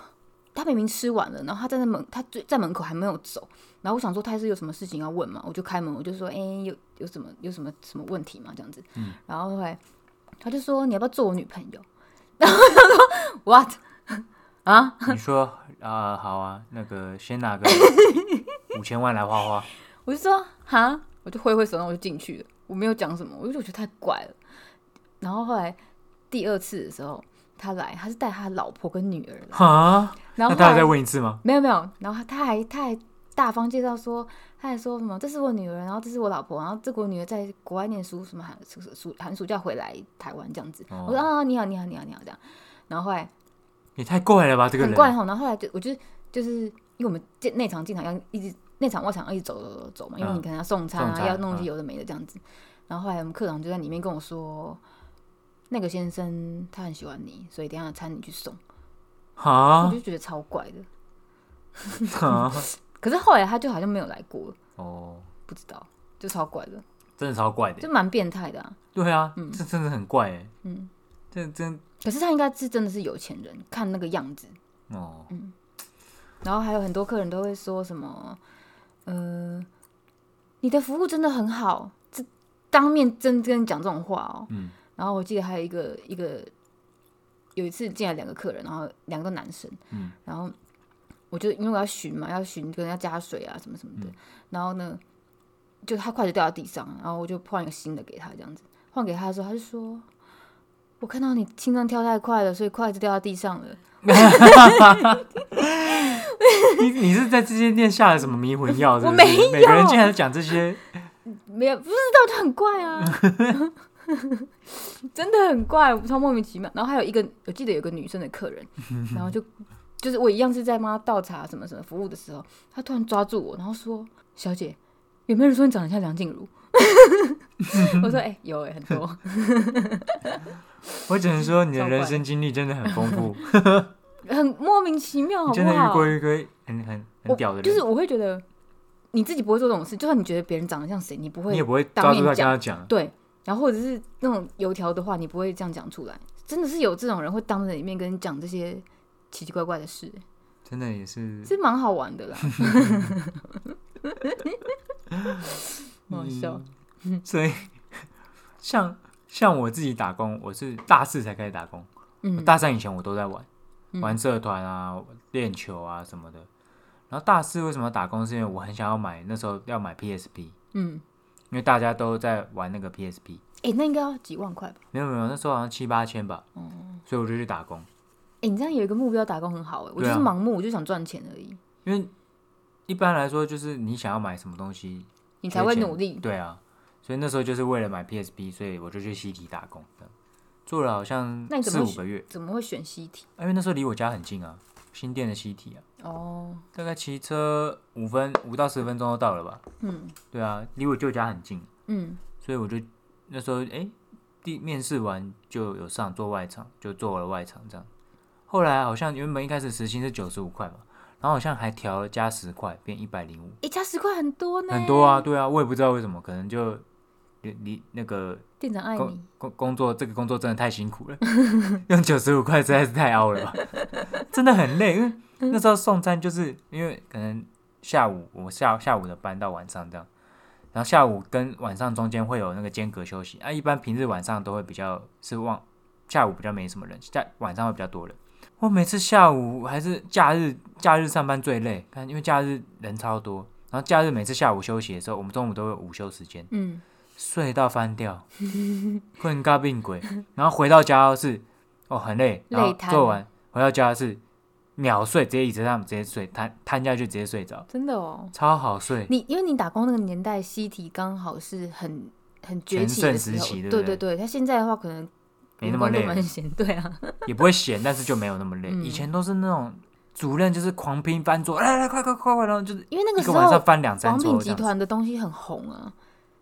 Speaker 1: 他明明吃完了，然后他在那门他就在门口还没有走，然后我想说他是有什么事情要问嘛，我就开门我就说哎、有有什么有什么什么问题嘛这样子，
Speaker 2: 嗯
Speaker 1: 然后后来他就说你要不要做我女朋友？然后我想说 what 啊？
Speaker 2: 你说啊、好啊，那个先拿个五千万来花花。
Speaker 1: 我就说哈，我就挥挥手，然后我就进去了，我没有讲什么，我就觉得太怪了。然后后来第二次的时候，他来，他是带他老婆跟女儿来，
Speaker 2: 哈，
Speaker 1: 然
Speaker 2: 那
Speaker 1: 后
Speaker 2: 大
Speaker 1: 后
Speaker 2: 家再
Speaker 1: 来
Speaker 2: 问一次吗？
Speaker 1: 没有没有，然后他还他还大方介绍说，他还说什么这是我女儿，然后这是我老婆，然后这个我女儿在国外念书，什么寒暑暑寒暑假回来台湾这样子。
Speaker 2: 哦
Speaker 1: 我说啊，你好你好你好你好这样，然后后来
Speaker 2: 也太怪了吧，这个
Speaker 1: 很
Speaker 2: 人。
Speaker 1: 怪哈。然后后来就我就就是因为我们进内场进场要一直内场外场要一直走走走走嘛，因为
Speaker 2: 嗯
Speaker 1: 你可能要送餐啊，
Speaker 2: 送餐
Speaker 1: 要弄一些
Speaker 2: 嗯
Speaker 1: 有的没的这样子。然后后来我们课长就在里面跟我说，那个先生他很喜欢你，所以等一下餐你去送。我
Speaker 2: 哈
Speaker 1: 就觉得超怪的。
Speaker 2: 哈
Speaker 1: 可是后来他就好像没有来过，
Speaker 2: 哦，
Speaker 1: 不知道，就超怪的，
Speaker 2: 真的超怪的。
Speaker 1: 就蛮变态的、啊。
Speaker 2: 对啊，
Speaker 1: 嗯
Speaker 2: 这真的很怪哎。
Speaker 1: 嗯，
Speaker 2: 这真
Speaker 1: 可是他应该是真的是有钱人，看那个样子。
Speaker 2: 哦，
Speaker 1: 然后还有很多客人都会说什么，呃，你的服务真的很好，这当面真跟你讲这种话哦。
Speaker 2: 嗯。
Speaker 1: 然后我记得还有一个一个有一次进来两个客人，然后两个男生，
Speaker 2: 嗯，
Speaker 1: 然后我就因为我要巡嘛，要巡跟人家加水啊什么什么的，然后呢，就他筷子掉到地上，然后我就换一个新的给他，这样子换给他的时候，他就说。我看到你心脏跳太快了，所以筷子掉到地上了。
Speaker 2: 你你是在这间店下了什么迷魂药？是不是
Speaker 1: 我没有
Speaker 2: 每个人竟然讲这些，
Speaker 1: 没有不知道就很怪啊， 真的很怪，我超莫名其妙。然后还有一个，我记得有个女生的客 人，然后就就是我一样是在帮她倒茶什么什么服务的时候，她突然抓住我，然后说：“小姐，有没有人说你长得像梁静茹？” 我 说：“哎、有哎、很多。
Speaker 2: 我只能说你的
Speaker 1: 超怪
Speaker 2: 人生经历真的很丰富。”
Speaker 1: 很莫名其妙，好
Speaker 2: 你
Speaker 1: 不
Speaker 2: 真的遇
Speaker 1: 好？
Speaker 2: 过一个很很很屌的
Speaker 1: 我
Speaker 2: 人，
Speaker 1: 就是我会觉得你自己不会做这种事，就算你觉得别人长得像谁，你不会
Speaker 2: 你也不会抓
Speaker 1: 当
Speaker 2: 住他
Speaker 1: 面
Speaker 2: 跟
Speaker 1: 讲
Speaker 2: 他讲，
Speaker 1: 对，然后或者是那种油条的话，你不会这样讲出来。真的是有这种人会当着你面跟你讲这些奇奇怪怪的事，
Speaker 2: 真的也是
Speaker 1: 是蛮好玩 的啦，蛮好笑。
Speaker 2: 所以 像像我自己打工，我是大四才开始打工，我
Speaker 1: 嗯，
Speaker 2: 大三以前我都在玩，
Speaker 1: 嗯
Speaker 2: 玩社团啊、练球啊什么的。然后大四为什么要打工？是因为我很想要买，那时候要买 PSP，因
Speaker 1: 嗯，
Speaker 2: 为大家都在玩那个 PSP。
Speaker 1: 哎、那应该要几万块吧？
Speaker 2: 没有没有，那时候好像七八千吧，
Speaker 1: 哦
Speaker 2: 所以我就去打工。
Speaker 1: 哎、你这样有一个目标打工很好哎、我就
Speaker 2: 对啊
Speaker 1: 是盲目，我就想赚钱而已，
Speaker 2: 因为一般来说，就是你想要买什么东西，
Speaker 1: 你才会
Speaker 2: 缺钱
Speaker 1: 努力。
Speaker 2: 对啊，所以那时候就是为了买 PSP，所以我就去西体打工，这样做了好像
Speaker 1: 那你怎
Speaker 2: 四
Speaker 1: 么
Speaker 2: 五
Speaker 1: 选
Speaker 2: 个月，
Speaker 1: 怎么会选西体？
Speaker 2: 因为那时候离我家很近啊，新店的西体啊，
Speaker 1: 哦，
Speaker 2: 大概骑车五分五到十分钟就到了吧。
Speaker 1: 嗯
Speaker 2: 对啊，离我舅家很近，
Speaker 1: 嗯
Speaker 2: 所以我就那时候哎，第面试完就有上做外场，就做了外场这样。后来好像原本一开始时薪是九十五块嘛，然后好像还调了加十块，变一百零五，
Speaker 1: 一加十块很多呢，
Speaker 2: 很多啊，。对啊，我也不知道为什么，可能就离离那个
Speaker 1: 店长爱
Speaker 2: 工
Speaker 1: 你，
Speaker 2: 工工作这个工作真的太辛苦了， 用九十五块实在是太凹了吧， 真的很累。因为那时候送餐就是因为可能下午我下下午的班到晚上这样，然后下午跟晚上中间会有那个间隔休息啊，一般平日晚上都会比较是旺，下午比较没什么人，下晚上会比较多人。我每次下午还是假日，假日上班最累，看因为假日人超多，然后假日每次下午休息的时候，我们中午都会有午休时间。
Speaker 1: 嗯，
Speaker 2: 睡到翻掉， 困咖病鬼。然后回到家是哦很累，然后
Speaker 1: 累瘫
Speaker 2: 做完回到家是秒睡，直接椅子上直接睡，瘫瘫下去直接睡着，
Speaker 1: 真的哦。
Speaker 2: 超好睡。
Speaker 1: 你因为你打工那个年代，西体刚好是很很崛
Speaker 2: 全
Speaker 1: 起
Speaker 2: 盛
Speaker 1: 的
Speaker 2: 时
Speaker 1: 时候，
Speaker 2: 期对
Speaker 1: 对
Speaker 2: 不对
Speaker 1: 对对。他现在的话，可能
Speaker 2: 没那么累
Speaker 1: 工作蛮闲，对啊，
Speaker 2: 也不会闲，但是就没有那么累。
Speaker 1: 嗯
Speaker 2: 以前都是那种主任就是狂拼翻桌，来来快快快快，然后就是
Speaker 1: 因为那
Speaker 2: 一
Speaker 1: 个时
Speaker 2: 个晚上
Speaker 1: 候
Speaker 2: 翻两三
Speaker 1: 王
Speaker 2: 桌
Speaker 1: 品
Speaker 2: 这
Speaker 1: 集
Speaker 2: 样子。
Speaker 1: 团的东西很红啊，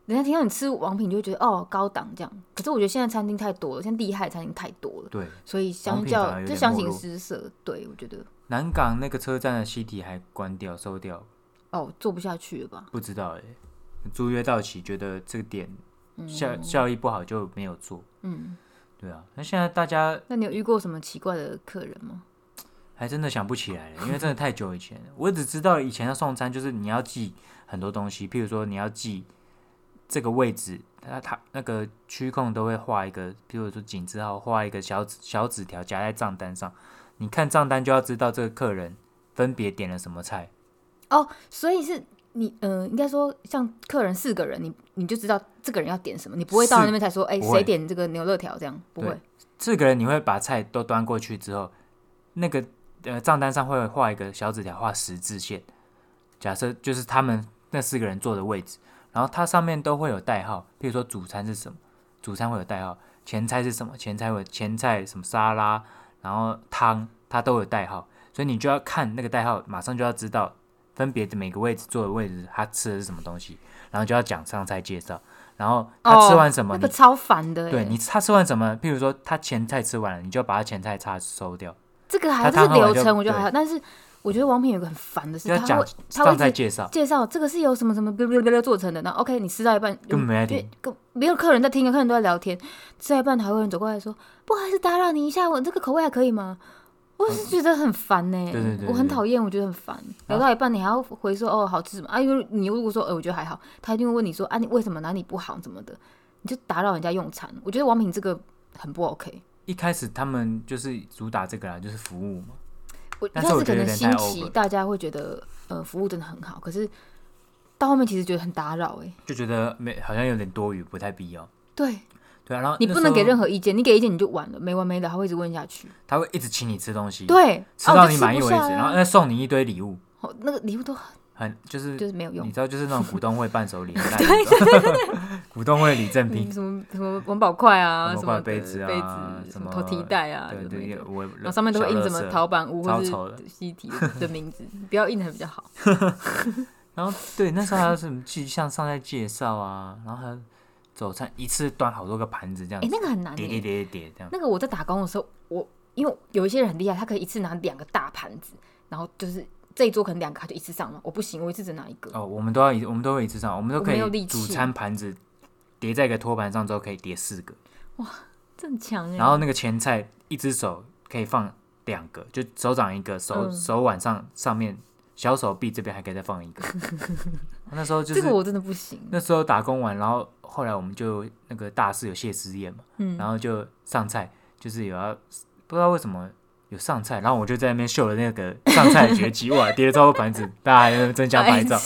Speaker 1: 人家听到你吃王品就会觉得哦高档这样。可是我觉得现在餐厅太多了，现在厉害的餐厅太多了，
Speaker 2: 对，
Speaker 1: 所以相
Speaker 2: 王品反而
Speaker 1: 较
Speaker 2: 有
Speaker 1: 就
Speaker 2: 点
Speaker 1: 相
Speaker 2: 没
Speaker 1: 形
Speaker 2: 落
Speaker 1: 失色。对，我觉得
Speaker 2: 南港那个车站的西体还关掉收掉，
Speaker 1: 哦做不下去了吧？
Speaker 2: 不知道哎、租约到期，觉得这个点效效益不好就没有做。
Speaker 1: 嗯，
Speaker 2: 对啊，那现在大家
Speaker 1: 那你有遇过什么奇怪的客人吗？
Speaker 2: 还真的想不起来了，因为真的太久以前了。我只知道以前的送餐就是你要记很多东西，譬如说你要记这个位置，它它那个区控都会画一个，譬如说井字号，画一个小纸小纸条夹在账单上。你看账单就要知道这个客人分别点了什么菜。
Speaker 1: 哦，所以是你，呃，应该说像客人四个人，你你就知道这个人要点什么，你不会到
Speaker 2: 是
Speaker 1: 那边才说，哎、
Speaker 2: 不会
Speaker 1: 谁点这个牛肉条这样，不
Speaker 2: 对
Speaker 1: 会。
Speaker 2: 这个人你会把菜都端过去之后，那个呃账单上会画一个小纸条，画十字线。假设就是他们那四个人坐的位置，然后它上面都会有代号，比如说主餐是什么，主餐会有代号，前菜是什么，前菜会有前菜什么沙拉，然后汤它都有代号，所以你就要看那个代号，马上就要知道分别每个位置坐的位置他吃的是什么东西，然后就要讲上菜介绍，然后他吃完什么，
Speaker 1: 哦、
Speaker 2: 你
Speaker 1: 那个超烦的、哎，
Speaker 2: 对你他吃完什么，譬如说他前菜吃完了，你就把他前菜叉收掉，
Speaker 1: 这个还
Speaker 2: 他
Speaker 1: 是
Speaker 2: 他后来
Speaker 1: 流
Speaker 2: 就
Speaker 1: 程，我觉得还好。但是我觉得王品有一个很烦的，
Speaker 2: 就是要
Speaker 1: 他
Speaker 2: 讲
Speaker 1: 会他
Speaker 2: 上
Speaker 1: 会
Speaker 2: 菜
Speaker 1: 一直
Speaker 2: 介绍，
Speaker 1: 介绍这个是由什么什么 biu biu biu biu 做成的，然后 OK，你吃到一半
Speaker 2: 根本没在
Speaker 1: 因
Speaker 2: 听
Speaker 1: 为。根没有客人在听，啊客人都在聊天，吃到一半还会有人走过来说：“不好意思，打扰你一下，我这个口味还可以吗？”我是觉得很烦呢、
Speaker 2: 嗯对对对对啊
Speaker 1: 我很讨厌，我觉得很烦。聊到一半，你还要回说哦好吃什么啊？因为你如果说呃我觉得还好，他一定会问你说啊你为什么哪里不好怎么的，你就打扰人家用餐。我觉得王品这个很不 OK。
Speaker 2: 一开始他们就是主打这个啦，就是服务嘛。
Speaker 1: 我一
Speaker 2: 但是
Speaker 1: 开
Speaker 2: 我
Speaker 1: 始
Speaker 2: 觉
Speaker 1: 可
Speaker 2: 得有
Speaker 1: 能新
Speaker 2: 点太
Speaker 1: 奇，
Speaker 2: over
Speaker 1: 大家会觉得呃服务真的很好，可是到后面其实觉得很打扰哎、
Speaker 2: 就觉得没好像有点多余，不太必要。
Speaker 1: 对
Speaker 2: 对啊，然后
Speaker 1: 你不能给任
Speaker 2: 何，
Speaker 1: 何意见，你给意见你就完了，没完没了，他会一直问下去。
Speaker 2: 他会一直请你吃东西，，
Speaker 1: 对，
Speaker 2: 吃
Speaker 1: 啊我
Speaker 2: 到
Speaker 1: 就
Speaker 2: 你
Speaker 1: 吃
Speaker 2: 满意
Speaker 1: 不
Speaker 2: 为止，
Speaker 1: 下
Speaker 2: 然
Speaker 1: 啊
Speaker 2: 后再送你一堆礼物，
Speaker 1: 哦，那个礼物都很
Speaker 2: 很就是
Speaker 1: 就是没有用
Speaker 2: 你，知道就是那种股东会 伴手礼，很烂那种 股东会礼赠品
Speaker 1: 嗯，什么什么王宝块啊，
Speaker 2: 王宝
Speaker 1: 什么
Speaker 2: 块
Speaker 1: 的
Speaker 2: 杯子啊
Speaker 1: 杯子
Speaker 2: 什
Speaker 1: 什么
Speaker 2: 么
Speaker 1: 头提袋啊，
Speaker 2: 对
Speaker 1: 有的
Speaker 2: 对，
Speaker 1: 没
Speaker 2: 也
Speaker 1: 的
Speaker 2: 我
Speaker 1: 然后上面都会印什么
Speaker 2: 淘。
Speaker 1: 陶板屋
Speaker 2: 超
Speaker 1: 或是
Speaker 2: 丑的
Speaker 1: 西提的名字，不要印的比较 好。
Speaker 2: 然后对，那时候还有什么去向上在介绍啊，然后还有早餐一次端好多个盘子这样
Speaker 1: 哎，
Speaker 2: 子，
Speaker 1: 那个很难
Speaker 2: 叠叠
Speaker 1: 欸，
Speaker 2: 叠叠叠这样。
Speaker 1: 那个我在打工的时候，我因为有一些人很厉害，他可以一次拿两个大盘子，然后就是这一桌可能两个，他就一次上嘛。我不行，我一次只拿一个。
Speaker 2: 哦，我们都要一，我们都会一次上，我们都
Speaker 1: 我
Speaker 2: 可
Speaker 1: 没有力
Speaker 2: 以主
Speaker 1: 气
Speaker 2: 餐盘子叠在一个托盘上之后可以叠四个，
Speaker 1: 正强哎、
Speaker 2: 然后那个前菜一只手可以放两个，就手掌一个，手、
Speaker 1: 嗯
Speaker 2: 手腕上上面小手臂这边还可以再放一 个。那时候就
Speaker 1: 这
Speaker 2: 是
Speaker 1: 个我真的不行。
Speaker 2: 那时候打工完，然后后来我们就那个大四有谢师宴嘛，
Speaker 1: 嗯
Speaker 2: 然后就上菜，就是有要不知道为什么有上菜，然后我就在那边秀了那个上菜的绝 技，哇，叠了超多盘子，大家还在那边争相拍照，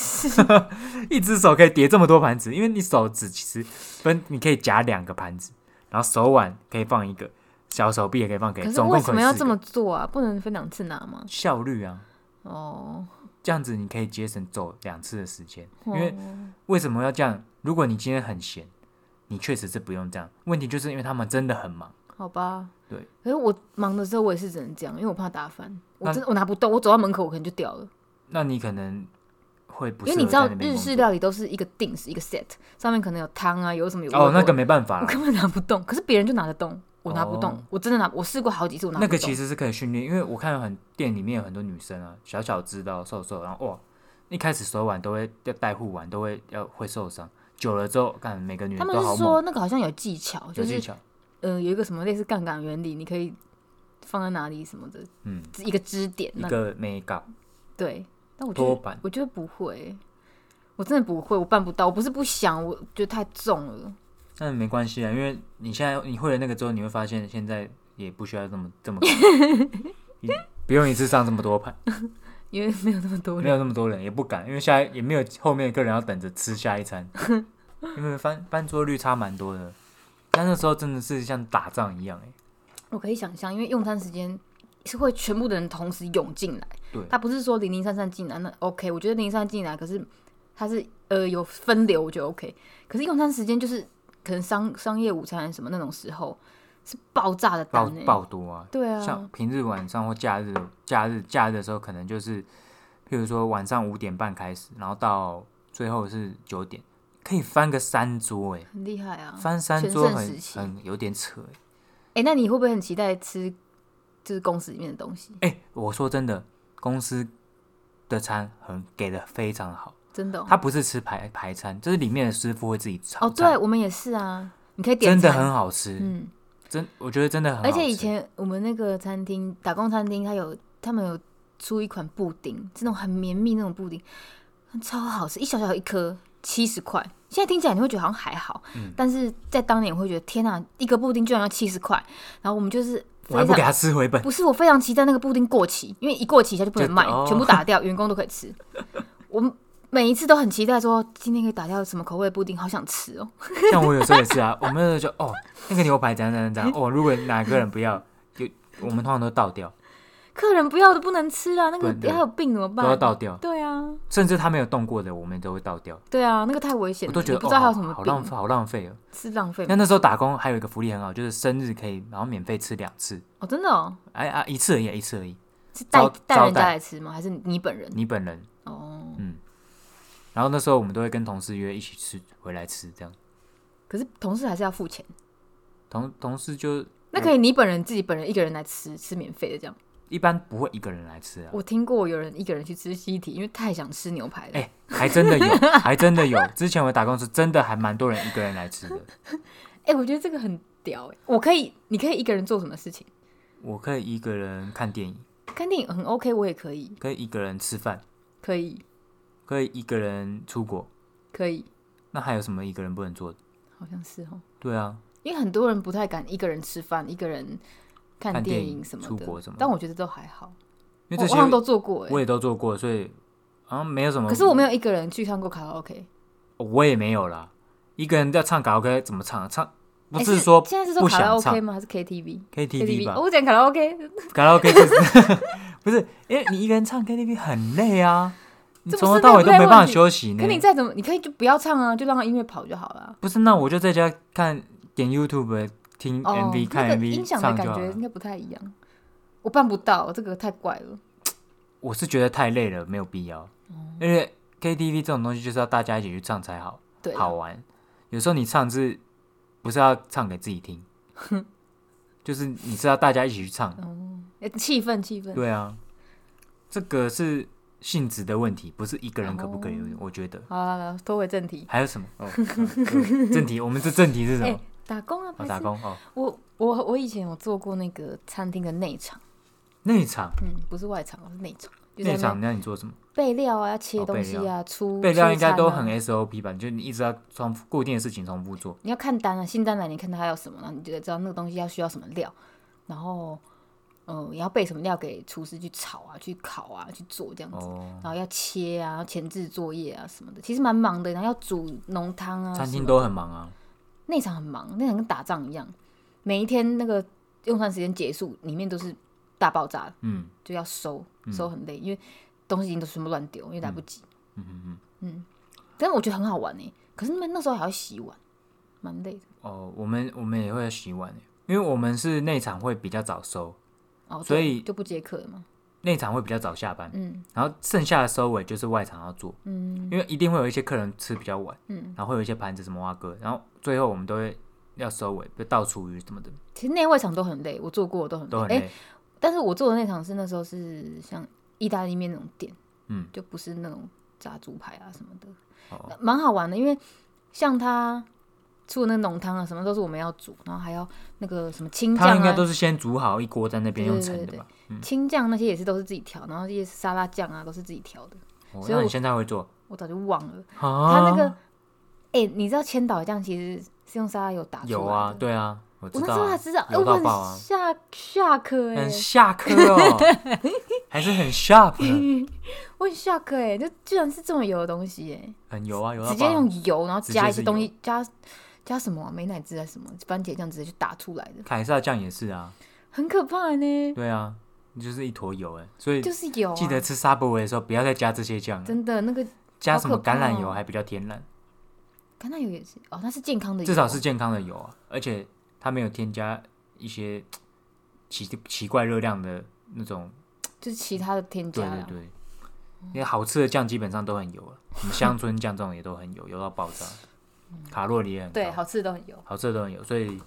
Speaker 1: 哎
Speaker 2: 一只手可以叠这么多盘子，因为你手指其实分你可以夹两个盘子，然后手腕可以放一个，小手臂也可以放给，
Speaker 1: 可是
Speaker 2: 总共
Speaker 1: 为
Speaker 2: 可
Speaker 1: 什
Speaker 2: 以
Speaker 1: 么要
Speaker 2: 四
Speaker 1: 这
Speaker 2: 个
Speaker 1: 么做啊？不能分两次拿吗？
Speaker 2: 效率啊？
Speaker 1: 哦，
Speaker 2: 这样子你可以节省走两次的时间，因为
Speaker 1: 哦
Speaker 2: 为什么要这样？如果你今天很闲，你确实是不用这样。问题就是因为他们真的很忙，
Speaker 1: 好吧，
Speaker 2: 对。
Speaker 1: 可是我忙的时候，我也是只能这样，因为我怕打翻。我
Speaker 2: 那
Speaker 1: 真的我拿不动，我走到门口我可能就掉了，
Speaker 2: 那你可能会不
Speaker 1: 因为
Speaker 2: 适
Speaker 1: 你
Speaker 2: 合
Speaker 1: 知道
Speaker 2: 在那边
Speaker 1: 日
Speaker 2: 工
Speaker 1: 式
Speaker 2: 作
Speaker 1: 料理都是一个定时一个 set，上面可能有汤啊，有什么有
Speaker 2: 哦，那个
Speaker 1: 没
Speaker 2: 没办法
Speaker 1: 我
Speaker 2: 啦，
Speaker 1: 根本拿不动，可是别人就拿得动，我拿不动，
Speaker 2: 哦
Speaker 1: 我真的拿，我试过好几次，我拿不
Speaker 2: 那
Speaker 1: 动。
Speaker 2: 个其实是可以训练，因为我看很店里面有很多女生啊，小小只的哦瘦瘦，然后哇，一开始手腕都会要带护腕，都会要会受伤，久了之后，看每个女
Speaker 1: 他
Speaker 2: 人
Speaker 1: 们
Speaker 2: 都好
Speaker 1: 是
Speaker 2: 猛，
Speaker 1: 说那个好像有技巧，
Speaker 2: 有
Speaker 1: 就
Speaker 2: 技
Speaker 1: 是
Speaker 2: 巧，
Speaker 1: 呃有一个什么类似杠杆原理，你可以放在哪里什么的，
Speaker 2: 嗯，
Speaker 1: 一个支点。
Speaker 2: 一
Speaker 1: 那
Speaker 2: 个美感
Speaker 1: 对，但我觉
Speaker 2: 托
Speaker 1: 得
Speaker 2: 板，
Speaker 1: 我觉得不会，我真的不会，我办不到。我不是不想，我觉得太重了。
Speaker 2: 但没关系啊，因为你现在你会了那个之后，你会发现现在也不需要这么 这么，你不用一次上这么多盘。
Speaker 1: 因为没有那么多
Speaker 2: 没
Speaker 1: 人，
Speaker 2: 有那么多人，也不敢，因为下一也没有后面一个人要等着吃下 一餐，因为翻翻桌率差蛮多的。但那时候真的是像打仗一样、欸，
Speaker 1: 我可以想象，因为用餐时间是会全部的人同时涌进来，
Speaker 2: 对
Speaker 1: 他不是说零零散散进来，那 OK，我觉得零零散散进来，可是他是呃有分流，我觉得 OK，可是用餐时间就是可能商商业午餐什么那种时候是爆炸的单
Speaker 2: 爆
Speaker 1: 欸
Speaker 2: 爆多啊。
Speaker 1: 对啊，
Speaker 2: 像平日晚上或假日，假日假日的时候，可能就是，譬如说晚上五点半开始，然后到最后是九点，可以翻个三桌、欸，
Speaker 1: 很厉害啊，
Speaker 2: 翻三
Speaker 1: 全
Speaker 2: 桌
Speaker 1: 盛
Speaker 2: 很
Speaker 1: 时期
Speaker 2: 很有点扯、欸，
Speaker 1: 哎、那你会不会很期待吃就是公司里面的东西？
Speaker 2: 哎、我说真的，公司的餐很给的非常好。
Speaker 1: 真的哦、
Speaker 2: 他不是吃排排餐，就是里面的师傅会自己炒
Speaker 1: 哦，
Speaker 2: 菜
Speaker 1: 对，我们也是啊，你可以点
Speaker 2: 真的
Speaker 1: 餐
Speaker 2: 很好吃，
Speaker 1: 嗯。
Speaker 2: 真我觉得真的很好
Speaker 1: 而
Speaker 2: 吃。
Speaker 1: 且以前我们那个餐厅，打工餐厅，它有他们有出一款布丁，这种很绵密那种布丁，超好吃，一小小一颗七十块。现在听起来你会觉得好像还好，
Speaker 2: 嗯
Speaker 1: 但是在当年我会觉得天哪、一个布丁居然要七十块，然后我们就是
Speaker 2: 我还不
Speaker 1: 非
Speaker 2: 给
Speaker 1: 常
Speaker 2: 他吃回 本，
Speaker 1: 不是我非常期待那个布丁过期，因为一过期它就不能卖
Speaker 2: 就哦，
Speaker 1: 全部打掉，员工都可以吃。我们每一次都很期待说今天可以打掉什么口味的布丁，好想吃哦。
Speaker 2: 像我有时候也是啊，我们那时候就哦，那个牛排怎样怎 样怎样，哦，如果哪个人不要，就我们通常都倒掉，
Speaker 1: 客人不要的不能吃啊，那
Speaker 2: 不
Speaker 1: 个
Speaker 2: 能对
Speaker 1: 他有病怎么
Speaker 2: 都要
Speaker 1: 办？
Speaker 2: 倒掉，
Speaker 1: 对啊，
Speaker 2: 甚至他没有动过的，我们都会倒掉。
Speaker 1: 对啊，那个太危险
Speaker 2: 我
Speaker 1: 了，
Speaker 2: 都觉得
Speaker 1: 你不知道
Speaker 2: 哦
Speaker 1: 还有什么
Speaker 2: 好
Speaker 1: 病，
Speaker 2: 浪费，好浪费哦。
Speaker 1: 是浪费
Speaker 2: 那
Speaker 1: 吗？
Speaker 2: 那时候打工还有一个福利很好，就是生日可以然后免费吃两次，
Speaker 1: 哦，真的哦，
Speaker 2: 哎啊一次而已，一次而已，
Speaker 1: 是带
Speaker 2: 招
Speaker 1: 带
Speaker 2: 招
Speaker 1: 人家
Speaker 2: 待
Speaker 1: 来吃吗？还是你本人？
Speaker 2: 你本人。
Speaker 1: 哦，
Speaker 2: 然后那时候我们都会跟同事约一起吃回来吃，这样
Speaker 1: 可是同事还是要付
Speaker 2: 嗯
Speaker 1: 钱，
Speaker 2: 同同事就
Speaker 1: 那可以你本人自己本人一个人来吃，吃免费的这样。
Speaker 2: 一般不会一个人来吃啊。
Speaker 1: 我听过有人一个人去吃西体，因为太想吃牛排了。
Speaker 2: 哎、还真 的有，还真的有。之前我打工时，真的还蛮多人一个人来吃的。
Speaker 1: 哎，我觉得这个很屌哎，我可以，你可以一个人做什么事情？
Speaker 2: 我可以一个人看电影，
Speaker 1: 看电影很 OK，我也可以，
Speaker 2: 可以一个人吃饭，
Speaker 1: 可以，
Speaker 2: 可以一个人出国。
Speaker 1: 可以，
Speaker 2: 那还有什么一个人不能做的？
Speaker 1: 好像是哦，
Speaker 2: 对啊，
Speaker 1: 因为很多人不太敢一个人吃饭，一个人看
Speaker 2: 看电
Speaker 1: 电
Speaker 2: 影
Speaker 1: 影什么
Speaker 2: 出
Speaker 1: 的
Speaker 2: 国什么的
Speaker 1: 但我觉得都还好，我
Speaker 2: 因为这
Speaker 1: 我
Speaker 2: 些
Speaker 1: 好像都做过哎
Speaker 2: 我。也都做过，所以好像没有什么。
Speaker 1: 可是我没有一个人去唱过卡拉 OK，
Speaker 2: 有，我也没有啦。一个人要唱卡拉 OK 怎么唱？啊唱不
Speaker 1: 诶
Speaker 2: 是说
Speaker 1: 现在哎是
Speaker 2: 不
Speaker 1: 说卡拉
Speaker 2: 想唱
Speaker 1: OK 吗？还是 KTV？
Speaker 2: KTV 吧？嗯
Speaker 1: 哦我讲卡拉 OK，
Speaker 2: 卡拉 OK 就是 不是？因为你一个人唱 KTV 很累啊，你
Speaker 1: 这不
Speaker 2: 从头
Speaker 1: 是
Speaker 2: 到
Speaker 1: 累
Speaker 2: 尾
Speaker 1: 不
Speaker 2: 都
Speaker 1: 累
Speaker 2: 没
Speaker 1: 问
Speaker 2: 办法
Speaker 1: 题
Speaker 2: 休息呢。
Speaker 1: 可你再怎么，你可以就不要唱啊，就让音乐跑就好了。啊
Speaker 2: 不是，那我就在家看点 YouTube 听
Speaker 1: 哦，
Speaker 2: MV、
Speaker 1: 那
Speaker 2: 嗯看
Speaker 1: 个
Speaker 2: MV
Speaker 1: 音响的
Speaker 2: 上就
Speaker 1: 感
Speaker 2: 好
Speaker 1: 觉
Speaker 2: 了
Speaker 1: 应。该不太一样，我办不到，这个太怪了。
Speaker 2: 我是觉得太累了，没有必要。
Speaker 1: 哦
Speaker 2: 因为 KTV 这种东西就是要大家一起去唱才好，哦
Speaker 1: 对，啊
Speaker 2: 好玩。有时候你唱是不是要唱给自己听，就是你知道大家一起去唱，
Speaker 1: 嗯诶哦哎气氛气氛，
Speaker 2: 对啊，这个是性质的问题，不是一个人可不可以
Speaker 1: 哦，
Speaker 2: 我觉得。
Speaker 1: 好了，拖回正题。
Speaker 2: 还有什么？ 哦，嗯正题，我们这正题是什
Speaker 1: 哎、
Speaker 2: 么？
Speaker 1: 打工啊，
Speaker 2: 哦，
Speaker 1: 白痴
Speaker 2: 打工哦，
Speaker 1: 我我我以前有做过那个餐厅的内场，
Speaker 2: 内场，
Speaker 1: 嗯，不是外场，是内场。就在
Speaker 2: 内
Speaker 1: 那
Speaker 2: 场，那你做什么？
Speaker 1: 备料啊，切
Speaker 2: 哦
Speaker 1: 东
Speaker 2: 备
Speaker 1: 西
Speaker 2: 料
Speaker 1: 啊，出
Speaker 2: 备料应该都。
Speaker 1: 出餐
Speaker 2: 很
Speaker 1: 啊
Speaker 2: SOP 吧？就你一直要重复固定的事情重复做。
Speaker 1: 你要看单啊，新单来，你看它要什么，然后你就得知道那个东西要需要什么料，然后嗯，也要备什么料给厨师去炒啊、去烤啊、去做这样子。
Speaker 2: 哦，
Speaker 1: 然后要切啊，前置作业啊什么的，其实蛮忙的。然后要煮浓汤啊，
Speaker 2: 餐
Speaker 1: 什
Speaker 2: 厅
Speaker 1: 么
Speaker 2: 都很忙啊。
Speaker 1: 那场很忙，那场跟打仗一样，每一天那个用餐时间结束，里面都是大爆炸，
Speaker 2: 嗯
Speaker 1: 就要收，收很累，因为东西已经都全部乱丢，因为来不及。
Speaker 2: 嗯嗯嗯。
Speaker 1: 但是我觉得很好玩呢、可是那那时候还要洗碗，蛮累的。
Speaker 2: 哦，我们我们也会洗碗耶，因为我们是内场会比较早收，
Speaker 1: 哦，对
Speaker 2: 所以
Speaker 1: 就不接客了嘛。
Speaker 2: 内场会比较早下班，
Speaker 1: 嗯
Speaker 2: 然后剩下的收尾就是外场要做，
Speaker 1: 嗯，
Speaker 2: 因为一定会有一些客人吃比较晚，
Speaker 1: 嗯，
Speaker 2: 然后会有一些盘子什么蛙哥，然后最后我们都会要收尾，就倒厨余什么的
Speaker 1: 其实内外场都很累，我做过都很累。
Speaker 2: 都很
Speaker 1: 哎
Speaker 2: 累。
Speaker 1: 但是我做的那场是那时候是像意大利面那种店，
Speaker 2: 嗯，
Speaker 1: 就不是那种炸猪排啊什么的，
Speaker 2: 哦
Speaker 1: 那蛮、好玩的。因为像他出的那个浓汤啊，什么都是我们要煮，然后还要那个什么青
Speaker 2: 他们
Speaker 1: 酱
Speaker 2: 应该
Speaker 1: 啊、
Speaker 2: 都是先煮好一锅在那边用盛的吧？
Speaker 1: 青酱那些也是都是自己调，然后这些沙拉酱啊都是自己调的，
Speaker 2: 哦
Speaker 1: 所以
Speaker 2: 那你
Speaker 1: 我
Speaker 2: 现在会做？啊
Speaker 1: 我早就忘了。
Speaker 2: 他
Speaker 1: 他那个，哎、你知道千岛酱其实是用沙拉油打出来的。
Speaker 2: 有啊，对啊，我知
Speaker 1: 我那
Speaker 2: 道
Speaker 1: 时候才
Speaker 2: 啊，
Speaker 1: 知道，哎、
Speaker 2: 油
Speaker 1: 我
Speaker 2: 到
Speaker 1: 很
Speaker 2: 爆啊
Speaker 1: 下下课哎、
Speaker 2: 很下课 哦，还是很 sharp，的
Speaker 1: 我很下课哎、就居然是这么油的东西哎、
Speaker 2: 很油啊，油到
Speaker 1: 直接
Speaker 2: 爆啊。
Speaker 1: 用油，然后
Speaker 2: 直
Speaker 1: 加
Speaker 2: 接
Speaker 1: 一些
Speaker 2: 是
Speaker 1: 东西，加加什么啊、美乃滋还是什么番茄酱，直接就打出来的，
Speaker 2: 凯撒酱也是啊，
Speaker 1: 很可怕呢。
Speaker 2: 对啊，就是一坨油哎，所以
Speaker 1: 就是油、啊，
Speaker 2: 记得吃 Subway 的时候不要再加这些酱了，
Speaker 1: 真的那个
Speaker 2: 加什么
Speaker 1: 好可怕
Speaker 2: 橄
Speaker 1: 哦
Speaker 2: 榄油还比较天然，
Speaker 1: 橄榄油也是哦，那是健康的油，
Speaker 2: 至少是健康的油啊，而且它没有添加一些奇奇怪热量的那种，
Speaker 1: 就是其他的添加
Speaker 2: 对
Speaker 1: 啦
Speaker 2: 对对。因为好吃的酱基本上都很油了，什么乡村酱这种也都很油，油到爆 炸，卡路里也很高。
Speaker 1: 嗯对好吃的都很油。
Speaker 2: 好吃的都很有，所以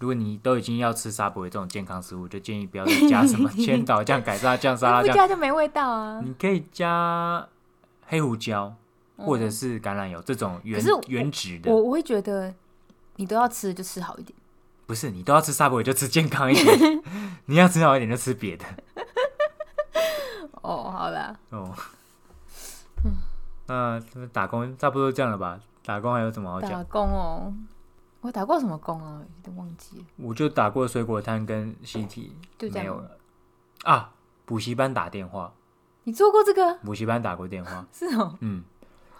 Speaker 2: 如果你都已经要吃沙博这种健康食物，就建议不要再加 什么千岛酱、改沙酱、沙拉
Speaker 1: 哎不
Speaker 2: 酱，
Speaker 1: 加就没味道啊！
Speaker 2: 你可以加黑胡椒或者是橄榄油这种原
Speaker 1: 可是我
Speaker 2: 原质的
Speaker 1: 我，我会觉得你都要吃，就吃好一点。
Speaker 2: 不是你都要吃沙博就吃健康一 点，你要吃好一点就吃别的
Speaker 1: 哦，好啦，
Speaker 2: 哦。
Speaker 1: 嗯
Speaker 2: 那打工差不多这样了吧？打工还有什么好讲
Speaker 1: 打？工哦，我打过什么工啊？有点忘记了。
Speaker 2: 我就打过水果摊跟西体，
Speaker 1: 就这
Speaker 2: 没
Speaker 1: 样
Speaker 2: 有了啊。补习班打电话，
Speaker 1: 你做过这个？
Speaker 2: 补习班打过电话，
Speaker 1: 是哦，
Speaker 2: 嗯，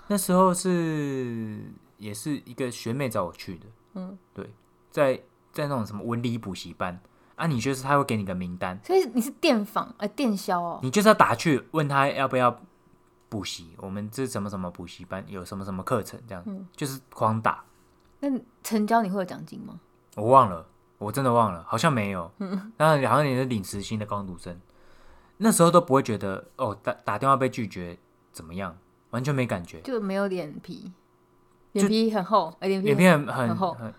Speaker 2: 那时候是也是一个学妹找我去的，
Speaker 1: 嗯，
Speaker 2: 对，在在那种什么文理补习班啊，你就是他会给你个名单，
Speaker 1: 所以你是电访呃电销哦。
Speaker 2: 你就是要打去问他要不要补习，我们这什么什么补习班有什么什么课程这样，就是狂打，
Speaker 1: 那你成交你会有奖金吗？
Speaker 2: 我忘了，我真的忘了，好像没有，嗯，然后好像也是领时薪的工读生，那时候都不会觉得哦打打电话被拒绝怎么样，完全没感觉，
Speaker 1: 就没有脸皮，脸皮很厚，哎，脸皮
Speaker 2: 脸
Speaker 1: 很
Speaker 2: 皮很很
Speaker 1: 很厚
Speaker 2: 很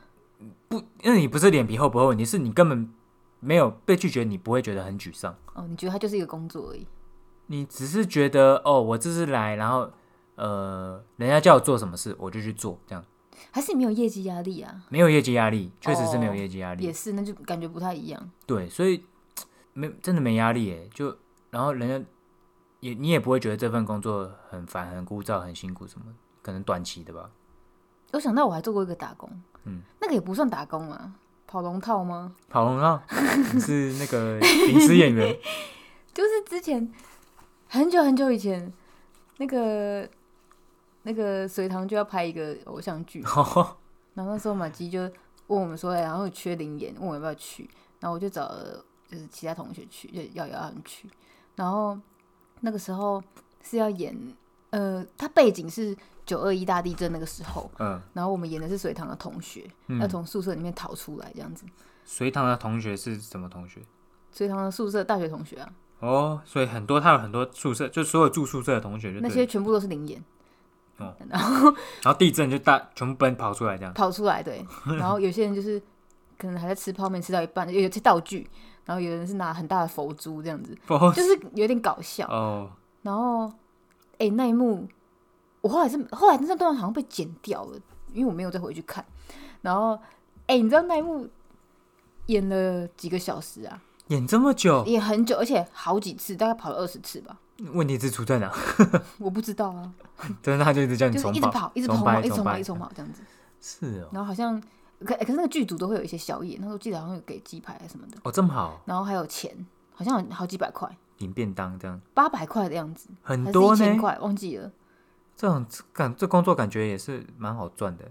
Speaker 2: 不，因为你不是脸皮厚不厚，你是你根本没有被拒绝，你不会觉得很沮丧，
Speaker 1: 哦，你觉得它就是一个工作而已，
Speaker 2: 你只是觉得哦，我这次来，然后呃，人家叫我做什么事，我就去做，这样
Speaker 1: 还是你没有业绩压力啊？
Speaker 2: 没有业绩压力，确实是没有
Speaker 1: 哦
Speaker 2: 业绩压力，
Speaker 1: 也是，那就感觉不太一样。
Speaker 2: 对，所以没真的没压力耶，就然后人家也你也不会觉得这份工作很烦、很枯燥、很辛苦什么，可能短期的吧，
Speaker 1: 我想到我还做过一个打工，
Speaker 2: 嗯，
Speaker 1: 那个也不算打工啊，跑龙套吗？
Speaker 2: 跑 龙套你是那个临时演员，
Speaker 1: 就是之前很久很久以前，那个那个隋唐就要拍一个偶像剧，然后那时候马基就问我们说，哎、然后缺灵演，问我要不要去，然后我就找了就是其他同学去，就要要他们去，然后那个时候是要演，呃，他背景是九二一大地震那个时候，
Speaker 2: 嗯，
Speaker 1: 然后我们演的是隋唐的同学，要从宿舍里面逃出来这样子，
Speaker 2: 隋唐的同学是什么同学？
Speaker 1: 隋唐的宿舍大学同学啊，
Speaker 2: 哦，所以很多他有很多宿舍，就所有住宿舍的同学就
Speaker 1: 那
Speaker 2: 对
Speaker 1: 些
Speaker 2: 了，
Speaker 1: 全部都是灵演。
Speaker 2: 然后地震就大全部奔跑出来这样，
Speaker 1: 跑出来，对，然后有些人就是可可能还在吃泡面，吃到一半，有有些道具，然后有人是拿很大的佛珠这样子，
Speaker 2: 哦
Speaker 1: 就是有点搞笑。
Speaker 2: 哦，
Speaker 1: 然后，哎、那一幕我后来是后来那段好像被剪掉了，因为我没有再回去看。然后，哎、你知道那一幕演了几个小时啊？
Speaker 2: 演这么久，
Speaker 1: 也很久，而且好几次，大概跑了二十次吧。
Speaker 2: 问题是出在哪？
Speaker 1: 我不知道啊，
Speaker 2: 对，那他就一直哎叫你
Speaker 1: 就是
Speaker 2: 重
Speaker 1: 一直跑，一直
Speaker 2: 重
Speaker 1: 跑，
Speaker 2: 拍
Speaker 1: 一直
Speaker 2: 重
Speaker 1: 重跑，
Speaker 2: 拍
Speaker 1: 一直重跑这样子。
Speaker 2: 是哦，
Speaker 1: 然后好像可可是那个剧组都会有一些宵夜，那时候记得好像有给鸡排还是什么的，
Speaker 2: 哦这么好，
Speaker 1: 然后还有钱，好像有好几百块，
Speaker 2: 领便当这样
Speaker 1: 八百块的样子，还
Speaker 2: 很
Speaker 1: 是
Speaker 2: 多
Speaker 1: 一
Speaker 2: 呢
Speaker 1: 千，块，忘记了。
Speaker 2: 这种感这工作感觉也是蛮好赚的，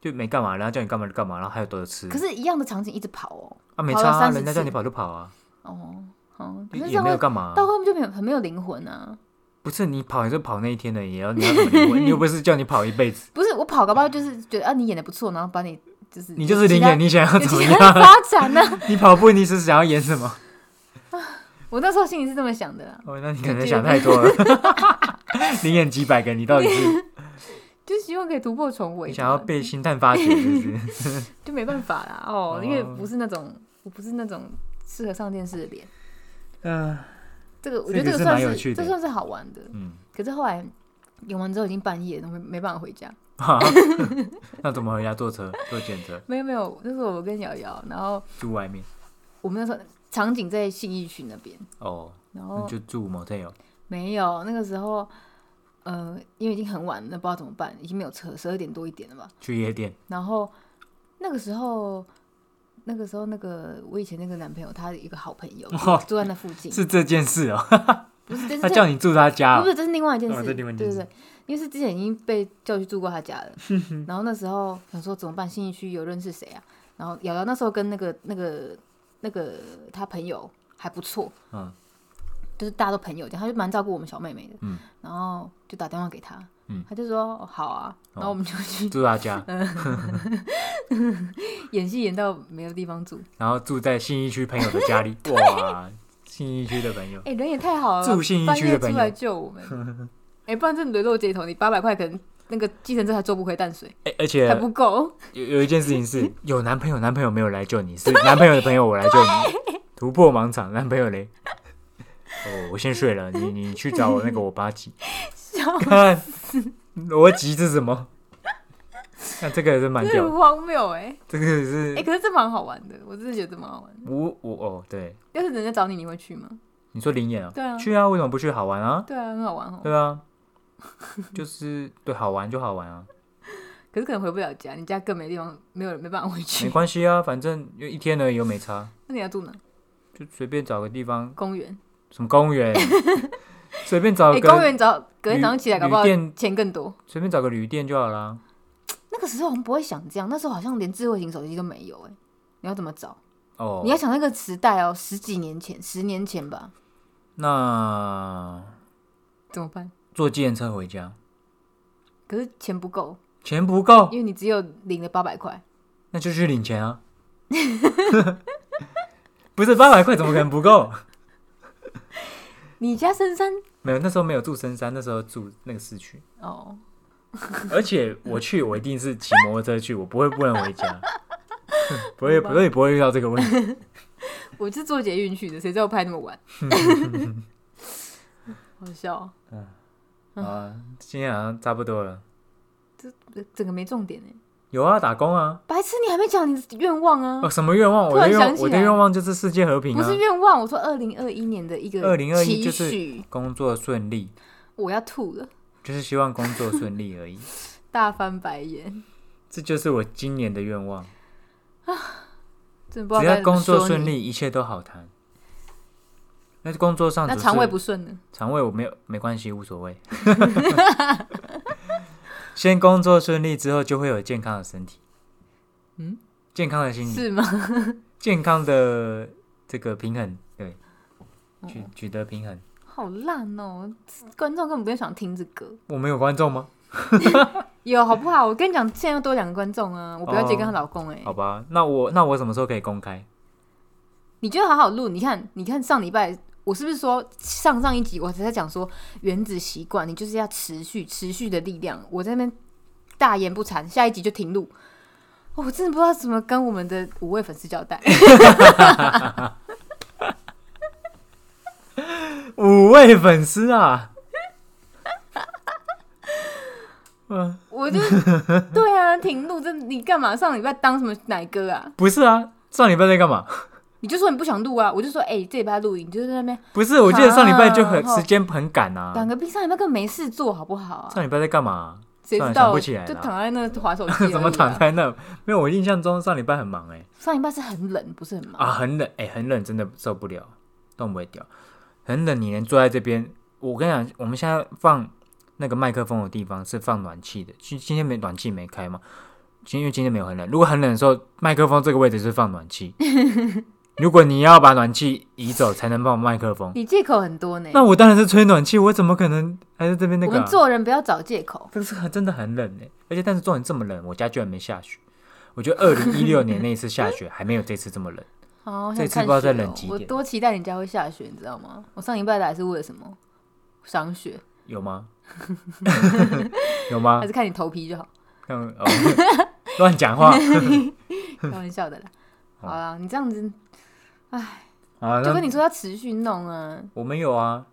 Speaker 2: 就没干嘛，然后叫你干嘛就干嘛，然后还有多的吃，
Speaker 1: 可是，一样的场景一直跑哦，
Speaker 2: 啊没
Speaker 1: 跑
Speaker 2: 差
Speaker 1: 了
Speaker 2: 啊，
Speaker 1: 30
Speaker 2: 人家叫你
Speaker 1: 次
Speaker 2: 跑就跑啊，
Speaker 1: 哦，哦，可是这
Speaker 2: 也
Speaker 1: 样
Speaker 2: 没有
Speaker 1: 会
Speaker 2: 干嘛啊，
Speaker 1: 到后面就没有很没有灵魂啊。
Speaker 2: 不是你跑也是跑那一天的，也要你要怎么灵活你又不是叫你跑一辈子，
Speaker 1: 不是我跑，搞不好就是觉得啊，你演的不错，然后把你就是
Speaker 2: 你就是灵演，
Speaker 1: 演
Speaker 2: 你想要怎么样？
Speaker 1: 发展啊呢、
Speaker 2: 你跑步你是想要演什么？
Speaker 1: 我那时候心里是这么想的啦，
Speaker 2: 哦，那你可能想太多 了。你演几百个，你到底 是
Speaker 1: 就希望可以突破重围
Speaker 2: 你
Speaker 1: 嘛。
Speaker 2: 想要被星探发掘，是不是？
Speaker 1: 就没办法啦，哦
Speaker 2: 哦，
Speaker 1: 因为不是那种我不是那种适合上电视的脸。
Speaker 2: 嗯
Speaker 1: 这个我
Speaker 2: 这
Speaker 1: 觉得这
Speaker 2: 个是
Speaker 1: 个算
Speaker 2: 蛮
Speaker 1: 是
Speaker 2: 有趣的欸
Speaker 1: 这算是好玩的。
Speaker 2: 嗯，
Speaker 1: 可是后来演完之后已经半夜了，没没办法回家。
Speaker 2: 好那怎么回家？坐车、坐检车，
Speaker 1: 没有没有，那时候我跟瑶瑶，然后
Speaker 2: 住外面
Speaker 1: 我们那时候场景在信义区那边，
Speaker 2: 哦，
Speaker 1: 然
Speaker 2: 你
Speaker 1: 后
Speaker 2: 就住 motel
Speaker 1: 没有那个时候，呃，因为已经很晚了，不知道怎么办，已经没有车，十二点多一点了吧。
Speaker 2: 去夜店
Speaker 1: 然后那个时候，那个时候那个我以前那个男朋友，他一个好朋友
Speaker 2: 哦
Speaker 1: 住在那附近，
Speaker 2: 是这件事哦。
Speaker 1: 不是这是
Speaker 2: 他
Speaker 1: 这
Speaker 2: 叫你住他家
Speaker 1: 不
Speaker 2: 哦，
Speaker 1: 是，这是另外一件
Speaker 2: 哦
Speaker 1: 事，
Speaker 2: 这是另外一件
Speaker 1: 对对
Speaker 2: 事
Speaker 1: 对，因为是之前已经被叫去住过他家了，然后那时候想说怎么办，新义区有认识谁啊？然后瑶瑶那时候跟那个那个那个他朋友还不错，
Speaker 2: 嗯，
Speaker 1: 就是大家都朋友这样，他就蛮照顾我们小妹妹的，
Speaker 2: 嗯，
Speaker 1: 然后就打电话给他，
Speaker 2: 嗯，
Speaker 1: 他就说、哦、好啊，然后我们就 去
Speaker 2: 住他家，
Speaker 1: 演戏演到没有地方住，
Speaker 2: 然后住在信义区朋友的 家里。哇，信义区的朋友
Speaker 1: 哎、人也太好了，
Speaker 2: 住信义
Speaker 1: 半
Speaker 2: 区的
Speaker 1: 夜
Speaker 2: 朋
Speaker 1: 出
Speaker 2: 友
Speaker 1: 来救我们， 哎、不然这沦落街头，你八百块可能那个计程车还坐不回淡水，
Speaker 2: 哎，而
Speaker 1: 还
Speaker 2: 且
Speaker 1: 不够。
Speaker 2: 有有一件事情
Speaker 1: 嗯
Speaker 2: 是，有男朋友，男朋友没有来救你，是男朋友的朋友我来救你，突破盲场，男朋 友嘞。哦，我先睡了，你你去找我那个我八级，
Speaker 1: 笑
Speaker 2: 看逻辑是什么？那这个也是蛮
Speaker 1: 这
Speaker 2: 屌
Speaker 1: 很
Speaker 2: 的，
Speaker 1: 荒谬哎、
Speaker 2: 这个也
Speaker 1: 哎、
Speaker 2: 是
Speaker 1: 可是这蛮好玩的，我真的觉得这蛮好玩的。
Speaker 2: 我我哦，对，
Speaker 1: 要是人家找你，你会去吗？
Speaker 2: 你说灵眼啊，
Speaker 1: 对啊
Speaker 2: 去啊，为什么不去？好玩啊，
Speaker 1: 对啊，很好玩哦。
Speaker 2: 对啊，就是对，好玩就好 玩啊，
Speaker 1: 可是可能回不了家，你家更没地方，没有人没办法回
Speaker 2: 没
Speaker 1: 去。
Speaker 2: 关系啊，反正就一天而已，又没差，
Speaker 1: 那你要住哪？
Speaker 2: 就随便找个地方，
Speaker 1: 公园？
Speaker 2: 什么 公园，随便找
Speaker 1: 哎、
Speaker 2: 个
Speaker 1: 公园早隔天早上起来，
Speaker 2: 旅
Speaker 1: 搞不好
Speaker 2: 旅店
Speaker 1: 钱更多。
Speaker 2: 随便找个旅店就好啦。
Speaker 1: 那个时候我们不会想这样，那时候好像连智慧型手机都没有哎、你要怎么找？
Speaker 2: 哦，
Speaker 1: 你要想那个时代哦，十几年前，十年前吧，
Speaker 2: 那
Speaker 1: 怎么办？
Speaker 2: 坐计程车回家，
Speaker 1: 可是钱不够，
Speaker 2: 钱不够，
Speaker 1: 因为你只有领了八百块。
Speaker 2: 那就去领钱啊。 不是八百块怎么可能不够？
Speaker 1: 你家深山
Speaker 2: 没有，那时候没有住深山，那时候住那个市区。
Speaker 1: 哦，
Speaker 2: 而且我去，我一定是骑摩托车去，我不会不能回家， 不会，
Speaker 1: 好吧
Speaker 2: 不会，不会遇到这个 问题。
Speaker 1: 我是坐捷运去的，谁知道我拍那么 晚？好笑、哦，
Speaker 2: 好啊，今天好像差不多了。
Speaker 1: 整个没重点哎。
Speaker 2: 有啊，打工啊。
Speaker 1: 白痴，你还没讲你的愿望啊？
Speaker 2: 哦，什么愿望？
Speaker 1: 突
Speaker 2: 我的
Speaker 1: 然
Speaker 2: 愿望，
Speaker 1: 想起
Speaker 2: 我的
Speaker 1: 来
Speaker 2: 愿望就是世界和平
Speaker 1: 不
Speaker 2: 啊
Speaker 1: 是，愿望，我说二零二一年的一个
Speaker 2: 2021
Speaker 1: 期
Speaker 2: 就是
Speaker 1: 许，
Speaker 2: 工作顺利，
Speaker 1: 我要吐了，
Speaker 2: 就是希望工作顺利而已。
Speaker 1: 大翻白眼，
Speaker 2: 这就是我今年的愿望。
Speaker 1: 真的不知道
Speaker 2: 只
Speaker 1: 该
Speaker 2: 要
Speaker 1: 怎么
Speaker 2: 工作
Speaker 1: 说
Speaker 2: 顺
Speaker 1: 你。
Speaker 2: 利，一切都好谈。那工作上
Speaker 1: 那
Speaker 2: 只
Speaker 1: 肠
Speaker 2: 是
Speaker 1: 胃不顺呢？
Speaker 2: 肠胃我没有没关系，无所谓。 先工作顺利之后，就会有健康的身体，
Speaker 1: 嗯，
Speaker 2: 健康的心理，
Speaker 1: 是吗？
Speaker 2: 健康的这个平衡，对，取
Speaker 1: 哦
Speaker 2: 取得平衡。
Speaker 1: 好烂哦！观众根本不会想听这个，
Speaker 2: 我们有观众吗？
Speaker 1: 有好不好？我跟你讲，现在又多两个观众啊！我表姐
Speaker 2: 哦
Speaker 1: 跟她老公哎、
Speaker 2: 好吧，那我那我什么时候可以公开？
Speaker 1: 你就好好录。你看，你看上礼拜我是不是说上上一集我才在讲说原子习惯，你就是要持续持续的力量。我在那边大言不惭，下一集就停录。哦我真的不知道怎么跟我们的五位粉丝交代。
Speaker 2: 五位粉丝啊，嗯，
Speaker 1: 我就对啊，停录这你干嘛？上礼拜当什么奶哥啊？
Speaker 2: 不是啊，上礼拜在干嘛？
Speaker 1: 你就说你不想录啊，我就说哎、这礼拜录影，你就在那边
Speaker 2: 不是，我记得上礼拜就很
Speaker 1: 啊
Speaker 2: 时间很赶啊。
Speaker 1: 赶个屁，上礼拜根本没事做好不好啊？
Speaker 2: 上礼拜在干嘛？
Speaker 1: 谁
Speaker 2: 算
Speaker 1: 知
Speaker 2: 了
Speaker 1: 道
Speaker 2: 嗯想不起来了
Speaker 1: 就躺在那划手机、啊，
Speaker 2: 怎么躺？在那？没有，我印象中上礼拜很忙哎、
Speaker 1: 上礼拜是很冷，不是很忙。
Speaker 2: 啊，很冷哎、很冷，真的受不了，冻不会掉，很冷。你能坐在这边，我跟你讲，我们现在放那个麦克风的地方是放暖气的，今今天没暖气没开嘛，今因为今天没有很冷。如果很冷的时候，麦克风这个位置是放暖 气，如果你要把暖气移走才能放麦克风，
Speaker 1: 你借口很多呢。
Speaker 2: 那我当然是吹暖气，我怎么可能还在这边那
Speaker 1: 我
Speaker 2: 个、
Speaker 1: 们
Speaker 2: 啊？
Speaker 1: 做人不要找借口。
Speaker 2: 这个是很真的很冷哎、而且但是重点这么冷，我家居然没下雪。我觉得二零一六年那一次下雪还没有这次这么冷。
Speaker 1: 哦，我
Speaker 2: 这
Speaker 1: 想
Speaker 2: 次
Speaker 1: 看
Speaker 2: 不知道
Speaker 1: 雪
Speaker 2: 再冷
Speaker 1: 哦
Speaker 2: 几
Speaker 1: 我
Speaker 2: 点
Speaker 1: 多期待你家会下雪，你知道吗？我上礼拜来是为了什么？赏雪，
Speaker 2: 有吗？ 有吗
Speaker 1: 还？是看你头皮就 好？
Speaker 2: 这样哦乱讲话
Speaker 1: 开玩笑的啦。好
Speaker 2: 哦
Speaker 1: 啦，你这样子
Speaker 2: 啊！
Speaker 1: 就
Speaker 2: 那
Speaker 1: 跟你说要持续弄啊，
Speaker 2: 我们有啊，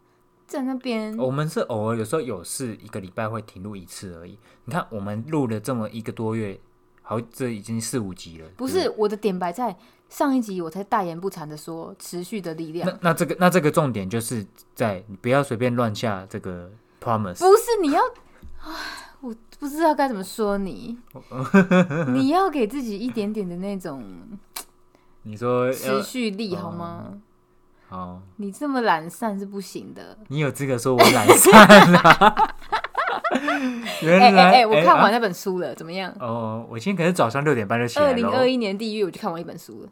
Speaker 1: 在那边
Speaker 2: 我们是偶尔有时候有事，一个礼拜会停录一次而已。你看，我们录了这么一个多月，好，这已经四五集了。
Speaker 1: 不
Speaker 2: 对
Speaker 1: 是我的点白在上一集，我才大言不惭的说持续的力
Speaker 2: 对那
Speaker 1: 量，
Speaker 2: 那这个那这个重点就是在你不要随便乱下这个 promise。
Speaker 1: 不是你要，唉我不知道该怎么说 你，你要给自己一点点的那种
Speaker 2: 你说
Speaker 1: 持
Speaker 2: 要哦
Speaker 1: 续力好
Speaker 2: 嗯
Speaker 1: 吗？
Speaker 2: 好，
Speaker 1: 你这么懒散是不行的。
Speaker 2: 你有资格说我懒散啊？
Speaker 1: 哎
Speaker 2: 原来
Speaker 1: 哎哎，我看
Speaker 2: 啊
Speaker 1: 完那本书了，怎么样？
Speaker 2: 哦，我今天可是早上六点半就起
Speaker 1: 二
Speaker 2: 来
Speaker 1: 零二
Speaker 2: 了。哦
Speaker 1: 一年地狱，我就看完一本书了，《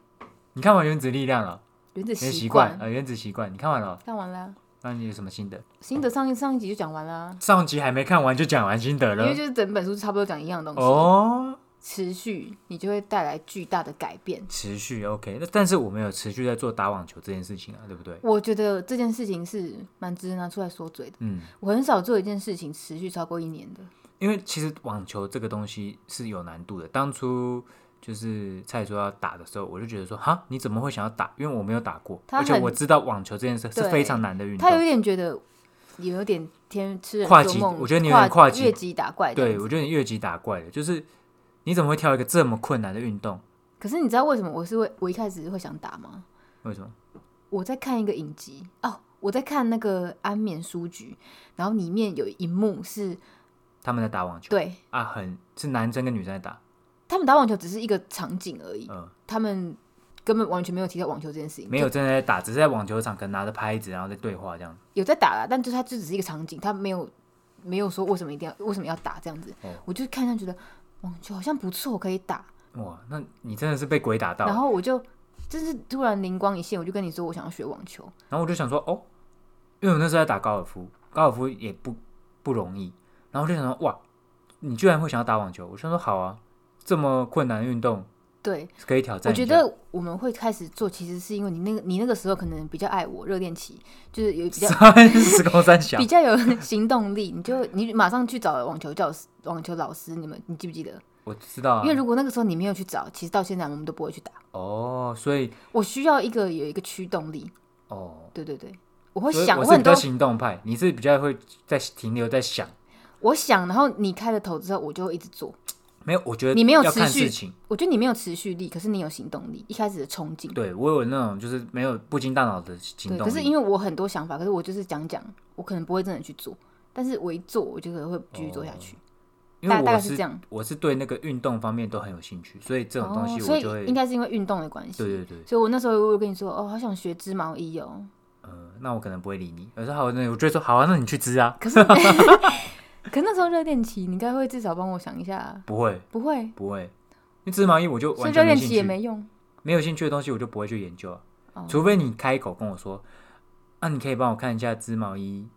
Speaker 2: 你看完《原子力量》了？
Speaker 1: 原子
Speaker 2: 原子习
Speaker 1: 习
Speaker 2: 惯
Speaker 1: 惯》
Speaker 2: 呃，原子习惯，你看完了？
Speaker 1: 看完啦。
Speaker 2: 那你有什么心得？
Speaker 1: 心得上一上一集就讲完啦，
Speaker 2: 上集还没看完就讲完心得
Speaker 1: 因为
Speaker 2: 了
Speaker 1: 就是整本书差不多讲一样的东西。
Speaker 2: 哦，
Speaker 1: 持续，你就会带来巨大的改变。
Speaker 2: 持续 OK。那但是我们有持续在做打网球这件事情啊，对不对？
Speaker 1: 我觉得这件事情是蛮值得拿出来说嘴的。
Speaker 2: 嗯，
Speaker 1: 我很少做一件事情持续超过一年的。
Speaker 2: 因为其实网球这个东西是有难度的。当初就是蔡说要打的时候，我就觉得说，哈，你怎么会想要打？因为我没有打过，
Speaker 1: 他
Speaker 2: 而且
Speaker 1: 很
Speaker 2: 我知道网球这件事是
Speaker 1: 对
Speaker 2: 非常难的运
Speaker 1: 他有
Speaker 2: 动。
Speaker 1: 一点觉得，也有点天痴人
Speaker 2: 跨
Speaker 1: 做
Speaker 2: 级
Speaker 1: 梦。
Speaker 2: 我觉得你有点跨级
Speaker 1: 越级打怪这样
Speaker 2: 对，
Speaker 1: 子。
Speaker 2: 我觉得你越级打怪了，就是你怎么会挑一个这么困难的运动？
Speaker 1: 可是你知道为什么我是会我一开始会想打吗？
Speaker 2: 为什么？
Speaker 1: 我在看一个影集哦，我在看那个《安眠书局》，然后里面有一幕是
Speaker 2: 他们在打网球
Speaker 1: 对
Speaker 2: 啊，很是男生跟女生在打，
Speaker 1: 他们打网球只是一个场景而已，
Speaker 2: 嗯。
Speaker 1: 他们根本完全没有提到网球这件事情，
Speaker 2: 没有真的在打，只是在网球场可能拿着拍子，然后在对话这样。
Speaker 1: 有在打啦，但就是它就只是一个场景，它没有没有说为什么一定要为什么要打这样子。
Speaker 2: 哦
Speaker 1: 我就看上去觉得网球好像不错，可以打。
Speaker 2: 哇，那你真的是被鬼打到。
Speaker 1: 然
Speaker 2: 然后，
Speaker 1: 后我就真是突然灵光一现，我就跟你说我想要学网球。
Speaker 2: 我就想说，哦，因为我那时候在打高尔夫，高尔夫也不不容易。然后我就想说，哇，你居然会想要打网球？我就想说，好啊，这么困难的运动
Speaker 1: 对，
Speaker 2: 可以挑战
Speaker 1: 我觉
Speaker 2: 一下。
Speaker 1: 得我们会开始做，其实是因为你那个你那个时候可能比较爱我，热恋期就是有比较
Speaker 2: 三十公三小
Speaker 1: 比，较有行动力，你就你马上去找了网球教师、网球老师，你们你记不记得？
Speaker 2: 我知道啊
Speaker 1: 因为。如果那个时候你没有去找，其实到现在我们都不会去打。
Speaker 2: 哦，所以
Speaker 1: 我需要一个有一个驱动力，
Speaker 2: 哦，
Speaker 1: 对对对，我会
Speaker 2: 所以
Speaker 1: 想，
Speaker 2: 我是
Speaker 1: 很
Speaker 2: 比
Speaker 1: 多
Speaker 2: 较行动派，你是比较会在停留在想。
Speaker 1: 我想，然后你开了头之后，我就会一直做。
Speaker 2: 没有，我觉得
Speaker 1: 你没有
Speaker 2: 要
Speaker 1: 持
Speaker 2: 看
Speaker 1: 续
Speaker 2: 事情。
Speaker 1: 我觉得你没有持续力，可是你有行动力，一开始的冲劲。
Speaker 2: 对我有那种就是没有不经大脑的行
Speaker 1: 对，
Speaker 2: 动
Speaker 1: 可
Speaker 2: 力。
Speaker 1: 是因为我很多想法，可是我就是讲讲，我可能不会真的去做，但是我一做，我就可能会继续做下去。
Speaker 2: 哦因
Speaker 1: 大
Speaker 2: 为
Speaker 1: 大概
Speaker 2: 我
Speaker 1: 是
Speaker 2: 是
Speaker 1: 这样
Speaker 2: 我是对那个运动方面都很有兴趣，所以这种东西
Speaker 1: 哦所
Speaker 2: 我
Speaker 1: 以
Speaker 2: 就会，
Speaker 1: 应该是因为运动的关系。
Speaker 2: 对对对，
Speaker 1: 所以我那时候我有跟你说，哦，好想学织毛衣哦。
Speaker 2: 呃，那我可能不会理你。我说好，那我就会说好啊，那你去织啊，
Speaker 1: 可 是，可那时候热恋期，你应该会至少帮我想一下啊，
Speaker 2: 不会
Speaker 1: 不会？
Speaker 2: 不会，因为织毛衣我就
Speaker 1: 所
Speaker 2: 完
Speaker 1: 以热
Speaker 2: 全没
Speaker 1: 恋
Speaker 2: 兴
Speaker 1: 期也
Speaker 2: 趣，
Speaker 1: 没用。
Speaker 2: 没有兴趣的东西我就不会去研究啊，
Speaker 1: 哦
Speaker 2: 除非你开口跟我说，啊，你可以帮我看一下织毛衣，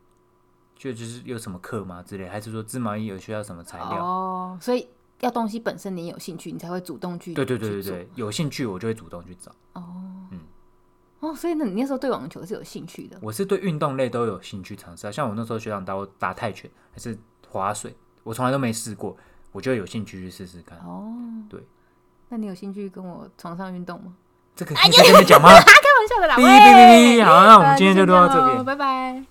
Speaker 2: 就就是有什么课吗之类，还是说织毛衣有需要什么材料？
Speaker 1: 哦，所以要东西本身你也有兴趣，你才会主动去。
Speaker 2: 对对对
Speaker 1: 去
Speaker 2: 对
Speaker 1: 做
Speaker 2: 对，有兴趣我就会主动去找。
Speaker 1: 哦，
Speaker 2: 嗯
Speaker 1: 哦，所以呢，你那时候对网球是有兴趣的，
Speaker 2: 我是对运动类都有兴趣尝试啊，像我那时候学长打我打泰拳还是划水，我从来都没试过，我就有兴趣去试试看。
Speaker 1: 哦，
Speaker 2: 对，
Speaker 1: 那你有兴趣跟我床上运动 吗？啊
Speaker 2: 这个可以在这边讲吗？
Speaker 1: 开玩笑的啦，
Speaker 2: 哔
Speaker 1: 喂
Speaker 2: 哔哔哔，好，那我
Speaker 1: 好
Speaker 2: 们
Speaker 1: 啦
Speaker 2: 今天就
Speaker 1: 这
Speaker 2: 录到
Speaker 1: 样
Speaker 2: 这边
Speaker 1: 咯。拜拜。